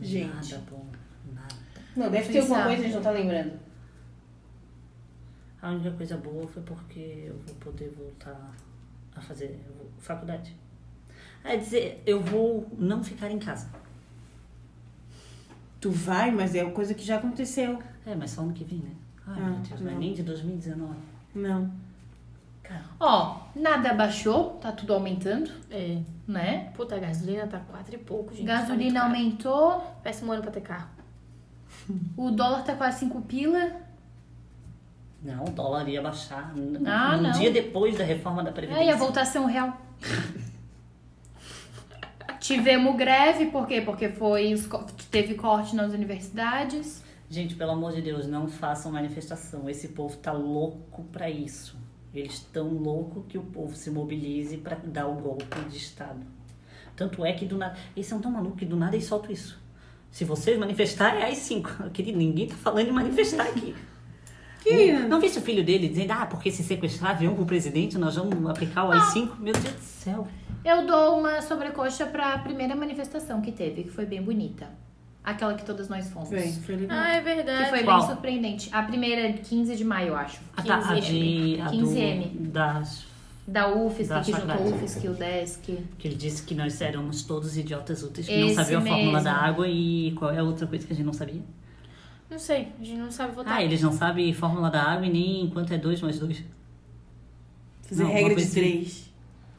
Gente. Nada bom. Nada. Não, deve ter alguma Exato. coisa que a gente não tá lembrando. A única coisa boa foi porque eu vou poder voltar a fazer faculdade. É dizer, eu vou não ficar em casa. Tu vai, mas é uma coisa que já aconteceu. É, mas só ano que vem, né? Ai, Ah, meu Deus, não é não. nem de 2019. Não. Cara, Ó, nada baixou, tá tudo aumentando, É. né? Puta, a gasolina tá quatro e pouco, gente. Gasolina tá muito aumentou, caro. Péssimo ano pra ter carro. o dólar tá quase 5 pila. não, o dólar ia baixar n- Ah, um não. dia depois da reforma da Previdência. É, ia voltar a ser um real. Tivemos greve, por quê? Porque foi, os co- teve corte nas universidades. Gente, pelo amor de Deus, não façam manifestação. Esse povo tá louco pra isso. Eles tão louco que o povo se mobilize pra dar o golpe de Estado. Tanto é que do nada. Eles são tão malucos que do nada eles soltam isso. Se vocês manifestarem, é às 5. Querido, ninguém tá falando de manifestar aqui. Não, não viste o filho dele dizendo, ah, porque se sequestrar avião com o presidente, nós vamos aplicar o AI-5? Meu Deus do céu. Eu dou uma sobrecoxa pra primeira manifestação que teve, que foi bem bonita. Aquela que todas nós fomos. Bem, foi legal. Ah, é Que verdade. foi Qual? bem surpreendente. A primeira, 15 de maio, eu acho. Ah, tá, a 15M. de, a do, 15M. das, Da UFSC, Da que juntou faculdade. UFSC, o DESC. que ele disse que nós éramos todos idiotas úteis, que não Esse sabiam a fórmula mesmo. da água e qual é a outra coisa que a gente não sabia? Não sei, a gente não sabe votar. Ah, eles não sabem fórmula da água e nem quanto é 2 mais 2. Fazer Não, regra uma de coisa assim. três.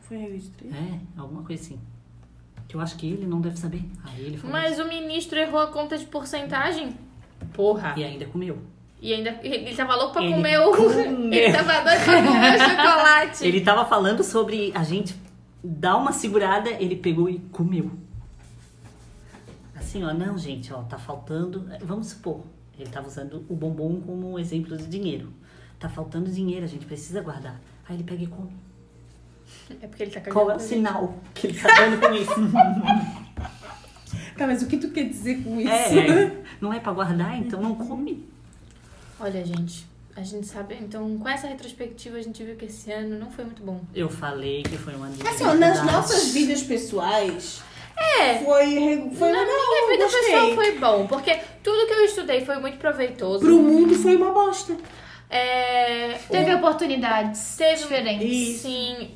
Foi regra de três? É, alguma coisa assim. Que eu acho que ele não deve saber. Aí ele falou. Mas o ministro errou a conta de porcentagem? Porra. E ainda comeu. E ainda. Ele tava louco pra Ele comer o. Ele tava doido pra comer o chocolate. Ele tava falando sobre a gente dar uma segurada, ele pegou e comeu. Assim, ó, não, gente, ó, tá faltando. Vamos supor, ele tava usando o bombom como exemplo de dinheiro. Tá faltando dinheiro, a gente precisa guardar. Aí ele pega e come. É porque ele tá cagando. Qual é o pra sinal que ele tá dando com isso? Tá, mas o que tu quer dizer com isso? é, não é pra guardar, então não come. gente. Olha, gente. A gente sabe. Então, com essa retrospectiva, a gente viu que esse ano não foi muito bom. Eu falei que foi uma Assim, ó, nas dificuldade. nossas vidas pessoais, É. foi, foi Na legal, minha vida gostei. pessoal foi bom, porque tudo que eu estudei foi muito proveitoso. Pro mundo foi uma bosta. É, Teve oportunidades Teve- diferentes. Isso. Sim.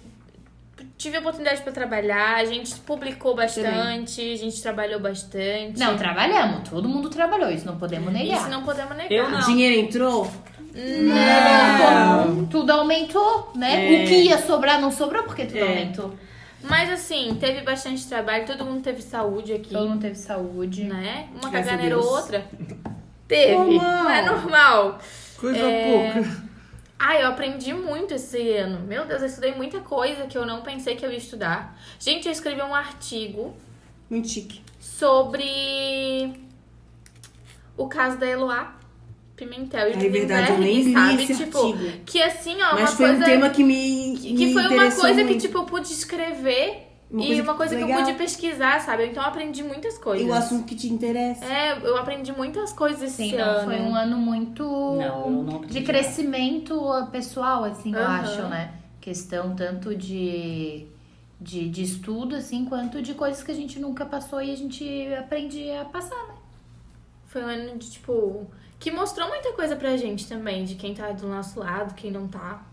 Tive oportunidade pra trabalhar, a gente publicou bastante, a gente trabalhou bastante. Não, é. trabalhamos. Todo mundo trabalhou, isso não podemos negar. Isso não podemos negar. Eu não. Dinheiro entrou? Não, Então, tudo aumentou, né? O que ia sobrar não sobrou porque tudo É. aumentou. Mas assim, teve bastante trabalho, todo mundo teve saúde aqui, Todo mundo Então, teve saúde. né? Uma Graças a caganeira ou Deus. outra. Teve. Normal. Não é normal. Coisa É. pouca. Ah, eu aprendi muito esse ano. Meu Deus, eu estudei muita coisa que eu não pensei que eu ia estudar. Gente, eu escrevi um artigo Muito chique. sobre o caso da Eloá Pimentel e É verdade, eu nem Lindenberg, vi né? sabe? esse tipo, artigo. que assim, ó, Mas uma foi coisa um tema que me que me que foi uma interessou coisa que muito. tipo eu pude escrever Uma e coisa uma coisa que eu legal. pude pesquisar, sabe? Então eu aprendi muitas coisas. E o assunto que te interessa. É, eu aprendi muitas coisas esse Sim, não, ano. foi um ano muito Não, eu não de acredito. crescimento uh, pessoal, assim, eu Aham. acho, né? Questão tanto de, de, de estudo, assim, quanto de coisas que a gente nunca passou e a gente aprende a passar, né? Foi um ano de, tipo, que mostrou muita coisa pra gente também, de quem tá do nosso lado, quem não tá.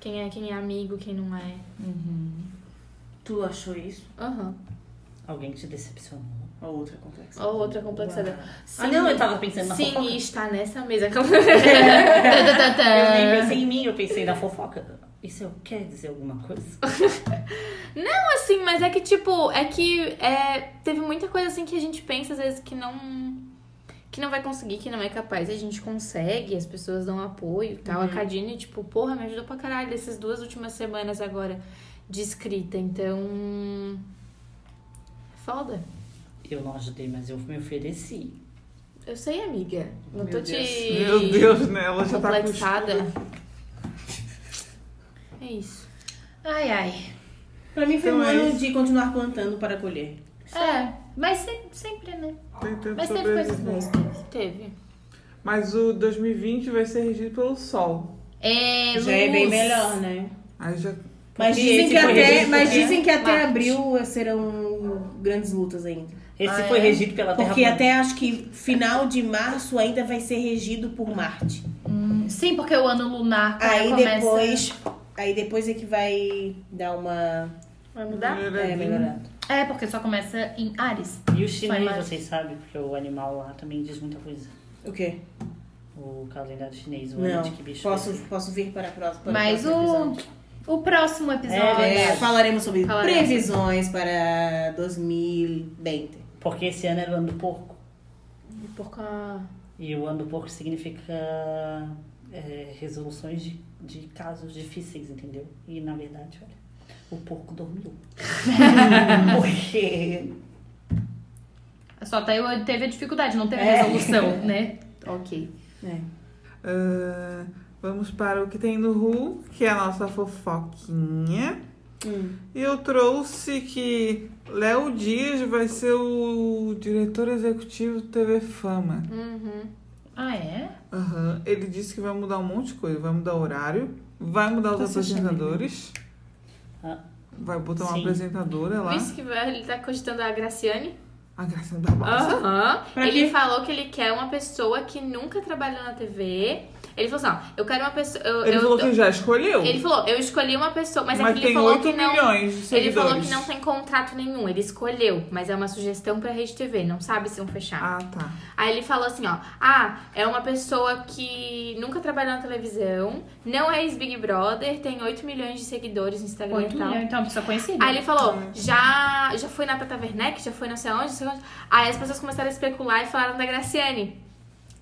Quem é, quem é amigo, quem não é. Tu achou isso? Aham. Alguém te decepcionou. A outra complexa. Ou outra complexada. Sim, Ah, não, eu tava pensando na Sim, fofoca. está nessa mesa. Eu nem É. Tantantã. pensei em mim, eu pensei na fofoca. Isso eu- quer dizer alguma coisa? Assim, mas é que, tipo, é que é, teve muita coisa assim que a gente pensa às vezes que não. Que não vai conseguir, que não é capaz. A gente consegue, as pessoas dão apoio e tal. A Cadine, tipo, porra, me ajudou pra caralho essas duas últimas semanas agora de escrita. Então. Foda. Eu não ajudei, mas eu me ofereci. Eu sei, amiga. Não Meu tô Deus. te. Meu Deus, né? Ela já tá complexada. acostumada. É isso. Ai, ai. Pra mim foi Então um é ano isso. de continuar plantando para colher. É, mas se- sempre, né? Tentando Mas teve sobreviver. coisas boas. teve. Teve. Mas o 2020 vai ser regido pelo sol. É, Já é bem luz. melhor, né? Aí já. Mas Porque dizem esse que foi até, regido mas pela- dizem que até Marte. abril serão grandes lutas ainda. Esse Ah, foi é? regido pela Terra Porque plana. até acho que final de março ainda vai ser regido por Marte. Sim, porque o ano lunar quando Aí começa... depois, aí depois é que vai dar uma Vai mudar? é, melhorada. É, porque só começa em Ares. E o Foi chinês, mais. vocês sabem, porque o animal lá também diz muita coisa. O quê? O calendário chinês, o ano Não. de que bicho. Posso, é esse. posso vir para a próxima. para Mas próximo o, episódio. o próximo episódio... É, É, falaremos sobre Falaremos. previsões para 2020. Porque esse ano era o ano do porco. Por causa. E o ano do porco significa é, resoluções de, de casos difíceis, entendeu? E na verdade, olha, o porco dormiu. Porque Só tá, eu- teve a dificuldade, não teve É. resolução, né? Ok. Ah, vamos para o que tem no Ru, que é a nossa fofoquinha. Hum. E eu trouxe que Léo Dias vai ser o diretor executivo do TV Fama. Uhum. Ah, é? Aham. Ele disse que vai mudar um monte de coisa. Vai mudar o horário, vai mudar os Tá assistindo, apresentadores. Ah. Vai botar uma Sim. apresentadora lá. Por isso que vai- ele tá cogitando a Graciane. A Gracinha Barbosa. Aham. Pra Ele quê? falou que ele quer uma pessoa que nunca trabalhou na TV. Ele falou assim, ó, eu quero uma pessoa... Eu, Ele eu- falou que já escolheu. Ele falou, eu escolhi uma pessoa, mas, é que ele tem falou 8 que não... milhões de Ele seguidores. falou que não tem contrato nenhum, ele escolheu, mas é uma sugestão pra Rede TV, não sabe se vão fechar. Ah, tá. Aí ele falou assim, ó, ah, é uma pessoa que nunca trabalhou na televisão, não é ex-Big Brother, tem 8 milhões de seguidores no Instagram Oito e tal. milhões, então, pessoa conhecida. Aí ele falou, já, já foi na Tata Werneck, já foi não sei aonde, não sei onde. Aí as pessoas começaram a especular e falaram da Graciane.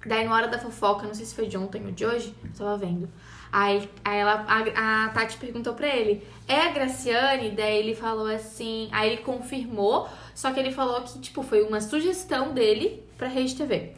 Daí na hora da fofoca, não sei se foi de ontem ou de hoje, eu tava vendo. Aí, aí ela, a, a Tati perguntou pra ele, é a Graciane? Daí ele falou assim, aí ele confirmou, só que ele falou que, tipo, foi uma sugestão dele pra Rede TV.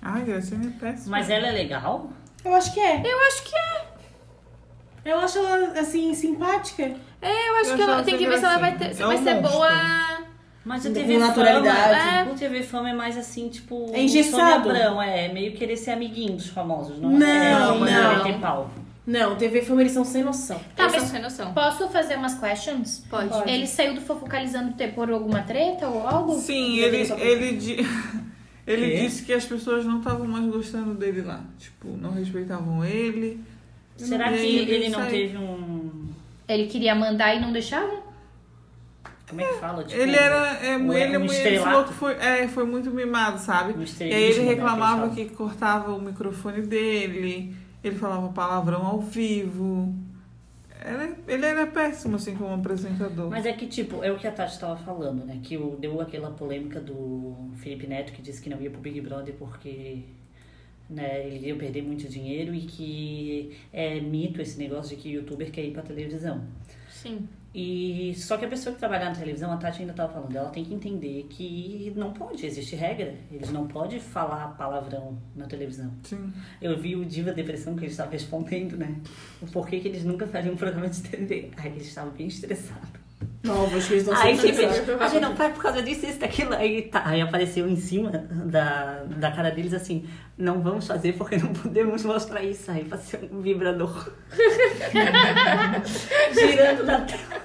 Ai, Gracinha é péssima. Mas ela é legal? Eu acho que é. Eu acho que é. Eu acho ela assim simpática. Eu acho Eu que ela acho tem que que ver se ela vai, Graciane. ter, se É um vai ser monstro. boa. Mas Com o TV naturalidade. Fama, é, o TV Fama é mais assim, tipo, É engessado. Sônia Abrão, é meio querer ser amiguinho dos famosos, não, Não, é? não. é meter pau. Não, TV Fama eles são sem noção. Tá, Essa- mas sem noção. Posso fazer umas questions? Pode. Ele saiu do Fofocalizando T por alguma treta ou algo? Sim, Eu ele, vi só por- ele, di- ele Quê? disse que as pessoas não estavam mais gostando dele lá. Tipo, não respeitavam ele. Será E que aí ele não sai. teve um. Ele queria mandar e não deixava? Como é que fala? Tipo, Ele era. É, um ele, ele falou estrelato. que foi, é, foi muito mimado, sabe? Um E aí ele estrelismo, né, reclamava que que cortava o microfone dele, ele falava palavrão ao vivo. Era- ele era péssimo, assim, como apresentador. Mas é que, tipo, é o que a Tati tava falando, né? Que o- deu aquela polêmica do Felipe Neto que disse que não ia pro Big Brother porque né, ele ia perder muito dinheiro e que é mito esse negócio de que youtuber quer ir pra televisão. Sim. E só que a pessoa que trabalha na televisão, a Tati ainda tava falando, ela tem que entender que não pode, existe regra. Eles não podem falar palavrão na televisão. Sim. Eu vi o Diva Depressão que eles estavam respondendo, né? O porquê que eles nunca fariam um programa de TV. Aí eles estavam bem estressados. Não, acho que eles não Aí são que sem noção. veio, a gente não faz por causa disso, isso, daquilo. Aí, tá, aí apareceu em cima da, da cara deles assim: não vamos fazer porque não podemos mostrar isso. Aí passou um vibrador girando na tela.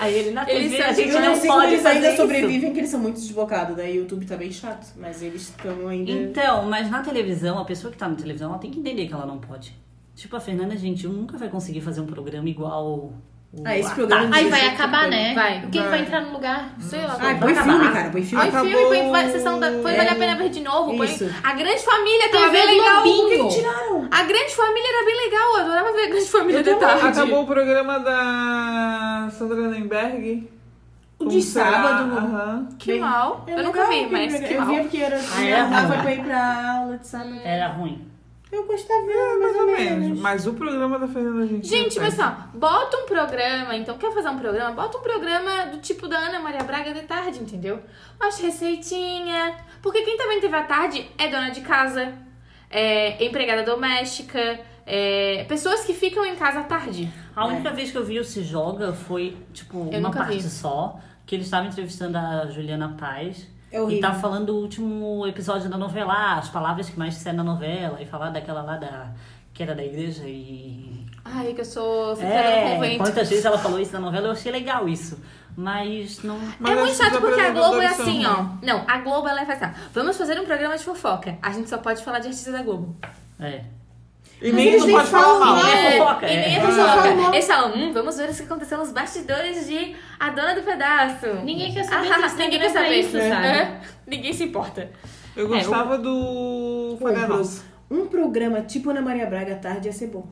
Aí ele na Eles TV, são a gente Eu não não sei como pode eles fazer ainda isso. sobrevivem, que eles são muito desbocados. né? Daí o YouTube tá bem chato, mas eles estão ainda. Então, mas na televisão, a pessoa que tá na televisão, ela tem que entender que ela não pode. Tipo, a Fernanda Gentil nunca vai conseguir fazer um programa igual. o- Ah, esse a programa Aí de- é vai acabar, né? Vai. O que que Vai. vai entrar no lugar? Sei lá. Ah, vai põe acabar. filme, cara, põe filme. Põe Acabou. filme, põe vai- sessão da. Põe É. Vale a Pena Ver de novo. Põe Isso. A Grande Família tava TV bem legal. Globinho. Tiraram! A Grande Família era bem legal. Eu adorava ver a Grande Família de tarde. Tá, Acabou o programa da Sandra Nenberg. O Com de será- sábado. Aham. Que Bem- mal. É né? Eu, nunca vi, mas que Eu mal. via porque era. Ah, É. era Ah, ruim. foi pra ir pra aula de sábado. Era ruim. Eu gostava, mais, Mais ou menos. Mas o programa tá fazendo a gente. Gente, mas mas só, bota um programa, então quer fazer um programa? Bota um programa do tipo da Ana Maria Braga de tarde, entendeu? Umas receitinha. Porque quem tá vendo TV à tarde é dona de casa, é empregada doméstica, é pessoas que ficam em casa à tarde. A única vez que eu vi o Se Joga foi, tipo, É. Eu uma nunca parte vi. só, que eles estavam entrevistando a Juliana Paz. É horrível. E tava falando do último episódio da novela, as palavras que mais disseram na novela, e falar daquela lá da. que era da igreja e. Ai, que eu sou ficando no É, convento. quantas vezes ela falou isso na novela, eu achei legal isso. Mas não. Mas é muito esses chato porque a Globo é apresentadores assim, são ó. Não, a Globo ela faz assim, ó, vamos fazer um programa de fofoca. A gente só pode falar de artista da Globo. É. E Mas nem eles não nem pode falar falam mal. né? nada. É fofoca, E é. nem é Ah. fofoca. Eles falam, hum, vamos ver o que aconteceu nos bastidores de A Dona do Pedaço. Ninguém quer Ah, saber que Instagram ninguém é quer pra saber isso, sabe? É. Ninguém se importa. É, Eu gostava do. Pô, Fazer nossa. Um programa tipo Ana Maria Braga à tarde ia ser bom.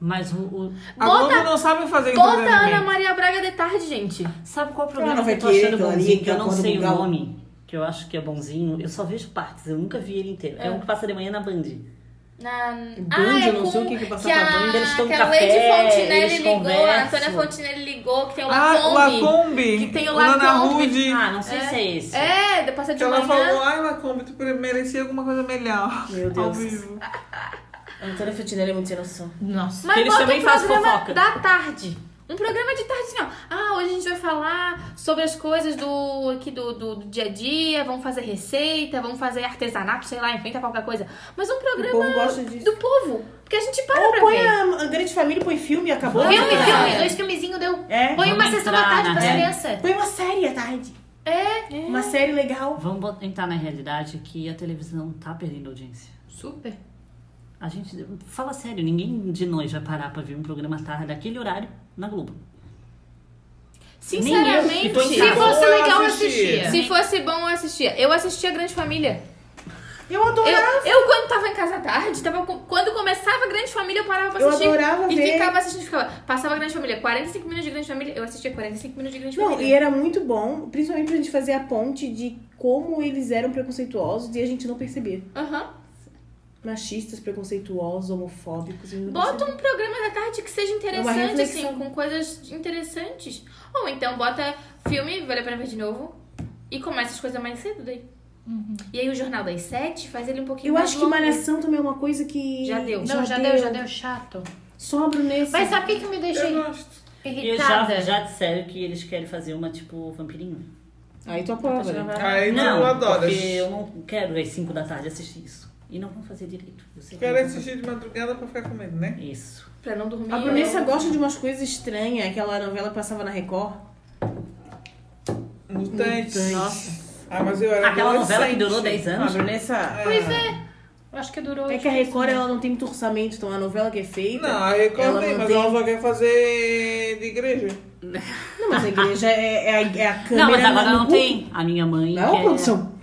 Mas o. o- A Bota- Globo não sabe fazer Bota a Ana entretenimento. Maria Braga de tarde, gente. Sabe qual o problema Claro, que eu tô vai que achando entra ali, bonzinho? Que que eu não acorda sei com o galo. nome, que eu acho que é bonzinho. Eu só vejo partes, eu nunca vi ele inteiro. É, um que passa de manhã na Band. Na... Band, eu não sei o que que passava a- na Band, eles tomam que a café, Lady Fontinelli eles ligou, a conversam. Antônia Fontinelli ligou, que tem o Ah, o Lacombe. Lacombe. Que tem o Lana Lacombe. Rude. Ah, não sei se é esse. É, de passar de Que ela manhã. falou, ai Lacombe, tu merecia alguma coisa melhor. Meu Ao Deus. vivo. A Antônia Fontinelli é muito sem noção. Nossa. Mas Mas eles bota também um fazem programa fofoca. da tarde. Um programa de tarde, assim, ó. Ah, hoje a gente vai falar sobre as coisas do aqui do, do, do dia a dia, vamos fazer receita, vamos fazer artesanato, sei lá, inventa qualquer coisa. Mas um O programa povo gosta disso. do povo. Porque a gente para Ou pra põe ver. a, a grande família e põe filme e acabou. Filme, Ah. filme, dois filmezinhos deu. É. né? Põe uma Vamos sessão da entrar tarde na pra rede. criança. Põe uma série à tarde. É. Uma série legal. Vamos bot- entrar na realidade que a televisão tá perdendo audiência. Super. A gente. Fala sério, ninguém de nós vai parar pra ver um programa tarde, daquele horário, na Globo. Nem eu, que Sinceramente, tô em se casa. fosse, Ou eu legal, eu assistia. assistia. Então tá. se fosse bom, eu assistia. Eu assistia Grande Família. Eu Eu, adorava. eu quando tava em casa à tarde, tava com- quando começava Grande Família, eu parava pra Eu assistir. adorava e ver. ficava assistindo, ficava. Passava Grande Família, 45 minutos de Grande Família, eu assistia 45 minutos de Grande Não, e Família. era muito bom, principalmente pra gente fazer a ponte de como eles eram preconceituosos e a gente não percebia. Aham. Machistas, preconceituosos, homofóbicos. e não Bota percebia. um programa da tarde que seja Uma interessante, assim, reflexão. com coisas interessantes. Ou então bota filme, vale a pena ver de novo. E começa as coisas mais cedo daí. E aí o Jornal das Sete faz ele um pouquinho Uhum. Eu mais acho que longo. Malhação também é uma coisa que. Já deu. Não, já deu, já deu chato. Sobro nesse. Mas sabe o que, que me deixa Eu gosto. E já, irritada? já disseram que eles querem fazer uma tipo vampirinho. Aí tu aprova. né? Aí não, tu adoras. Porque eu não quero às 5 da tarde assistir isso. E não vão fazer direito. Eu sei que Quero não vão assistir de madrugada pra ficar com medo, fazer. né? Isso. Pra não dormir. A Brunessa gosta de umas coisas estranhas, aquela novela que passava na Record. Mutantes. Nossa. Ah, mas eu era Aquela novela que adolescente. durou 10 A anos. Brunessa. Pois é. Eu acho que durou. É que a Record ela não tem muito orçamento, então a novela que é feita. Não, a Record Ela tem, não mas tem- ela só quer fazer de igreja. Não, mas a igreja é, é a, é a câmera. Não, mas agora no não culto. tem. A minha mãe. Não, quer- produção.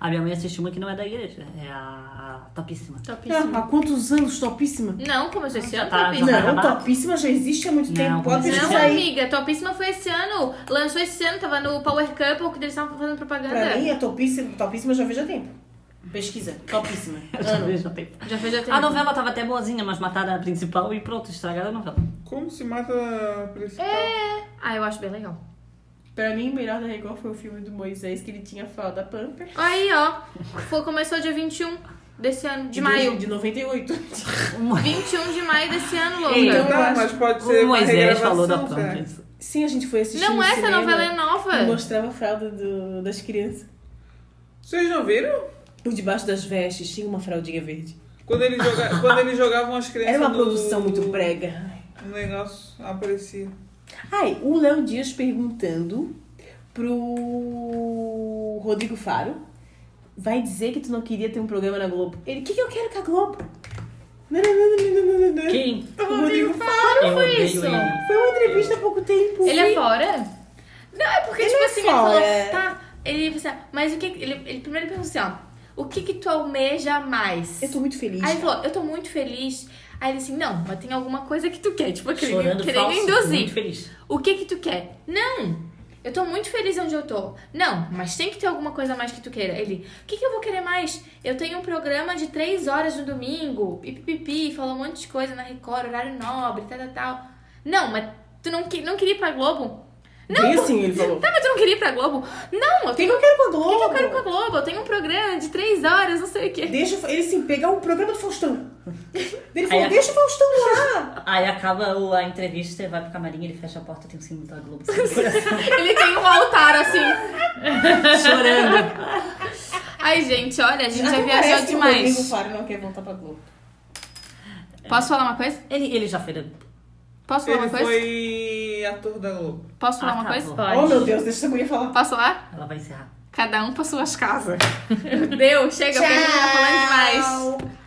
A minha mãe assiste uma que não é da igreja. É a a topíssima. Ah, há quantos anos? Topíssima. Não, começou esse ano, tá, Topíssima. vai Não, acabar? Topíssima já existe há muito Não, tempo. mas Pode não. Não, é pesquisar aí. amiga, Topíssima foi esse ano. Lançou esse ano, tava no Power Couple, que eles estavam fazendo Pra mim, propaganda. a Topíssima, Topíssima já vejo há tempo. Pesquisa. Topíssima. Eu já Ano. vejo há é. tempo. Já fez até. A novela tava até boazinha, mas mataram a principal e pronto, estragaram a novela. Como se mata a principal? É, Ah, eu acho bem legal. Pra mim, o melhor da Record foi o filme do Moisés, que ele tinha fralda pamper. Aí, ó. Foi, começou dia 21 desse ano, de maio. De 98. 21 de maio desse ano, louca. Então, tá, eu mas pode ser O uma Moisés regravação, falou da será? Pampers. Sim, a gente foi assistir não, no essa cinema novela é e nova. mostrava a fralda do- das crianças. Vocês não viram? Por debaixo das vestes tinha uma fraldinha verde. Quando eles, joga... Quando eles jogavam as crianças Era uma no- produção muito brega. O negócio aparecia. Ai, o Léo Dias perguntando pro Rodrigo Faro. Vai dizer que tu não queria ter um programa na Globo. Ele, o que, que eu quero com a Globo? Nananana. Quem? O Rodrigo Faro Eu foi odeio isso? ele. foi uma entrevista há pouco tempo. Ele é fora? Não, é porque, Ele tipo é assim, fora. ele falou, tá. Ele falou assim, ó, mas o que. Ele, ele primeiro perguntou assim, ó. O que que tu almeja mais? Eu tô muito feliz. Aí ele falou, eu tô muito feliz. Aí ele assim, não, mas tem alguma coisa que tu quer. Tipo, querendo, Chorando querendo falso, induzir. muito feliz. O que que tu quer? Não! Eu tô muito feliz onde eu tô. Não, mas tem que ter alguma coisa a mais que tu queira. Ele, o que, que eu vou querer mais? Eu tenho um programa de três horas no domingo, pipipi, falou um monte de coisa na Record, horário nobre, tal, tal, tal. Não, mas tu não, que- não queria ir pra Globo? Não, Bem pô- assim, ele falou. Tá, mas tu não queria ir pra Globo? Não, eu O que, que tenho... eu quero com a O que, Globo? que eu quero com a Globo? Eu tenho um programa de três horas, não sei o quê. Deixa ele sim pegar o programa do Faustão. Ele Aí falou, a- deixa o Faustão lá. Aí acaba o- a entrevista, você vai pro camarim, ele fecha a porta, tem o símbolo da Globo. assim, no coração. Ele tem um altar, assim. Chorando. Ai, gente, olha, a gente já Até parece viajou que O Rodrigo demais. Faro não quer voltar pra Globo. Posso falar uma coisa? Ele, ele já foi... da- Posso falar Ele uma coisa? foi ator da Globo. Posso falar Ah, uma tá coisa? bom. Oh, meu Deus, deixa essa mulher falar. Posso falar? Ela vai encerrar. Cada um pra suas casas. Deu, chega, porque a gente tá falando demais.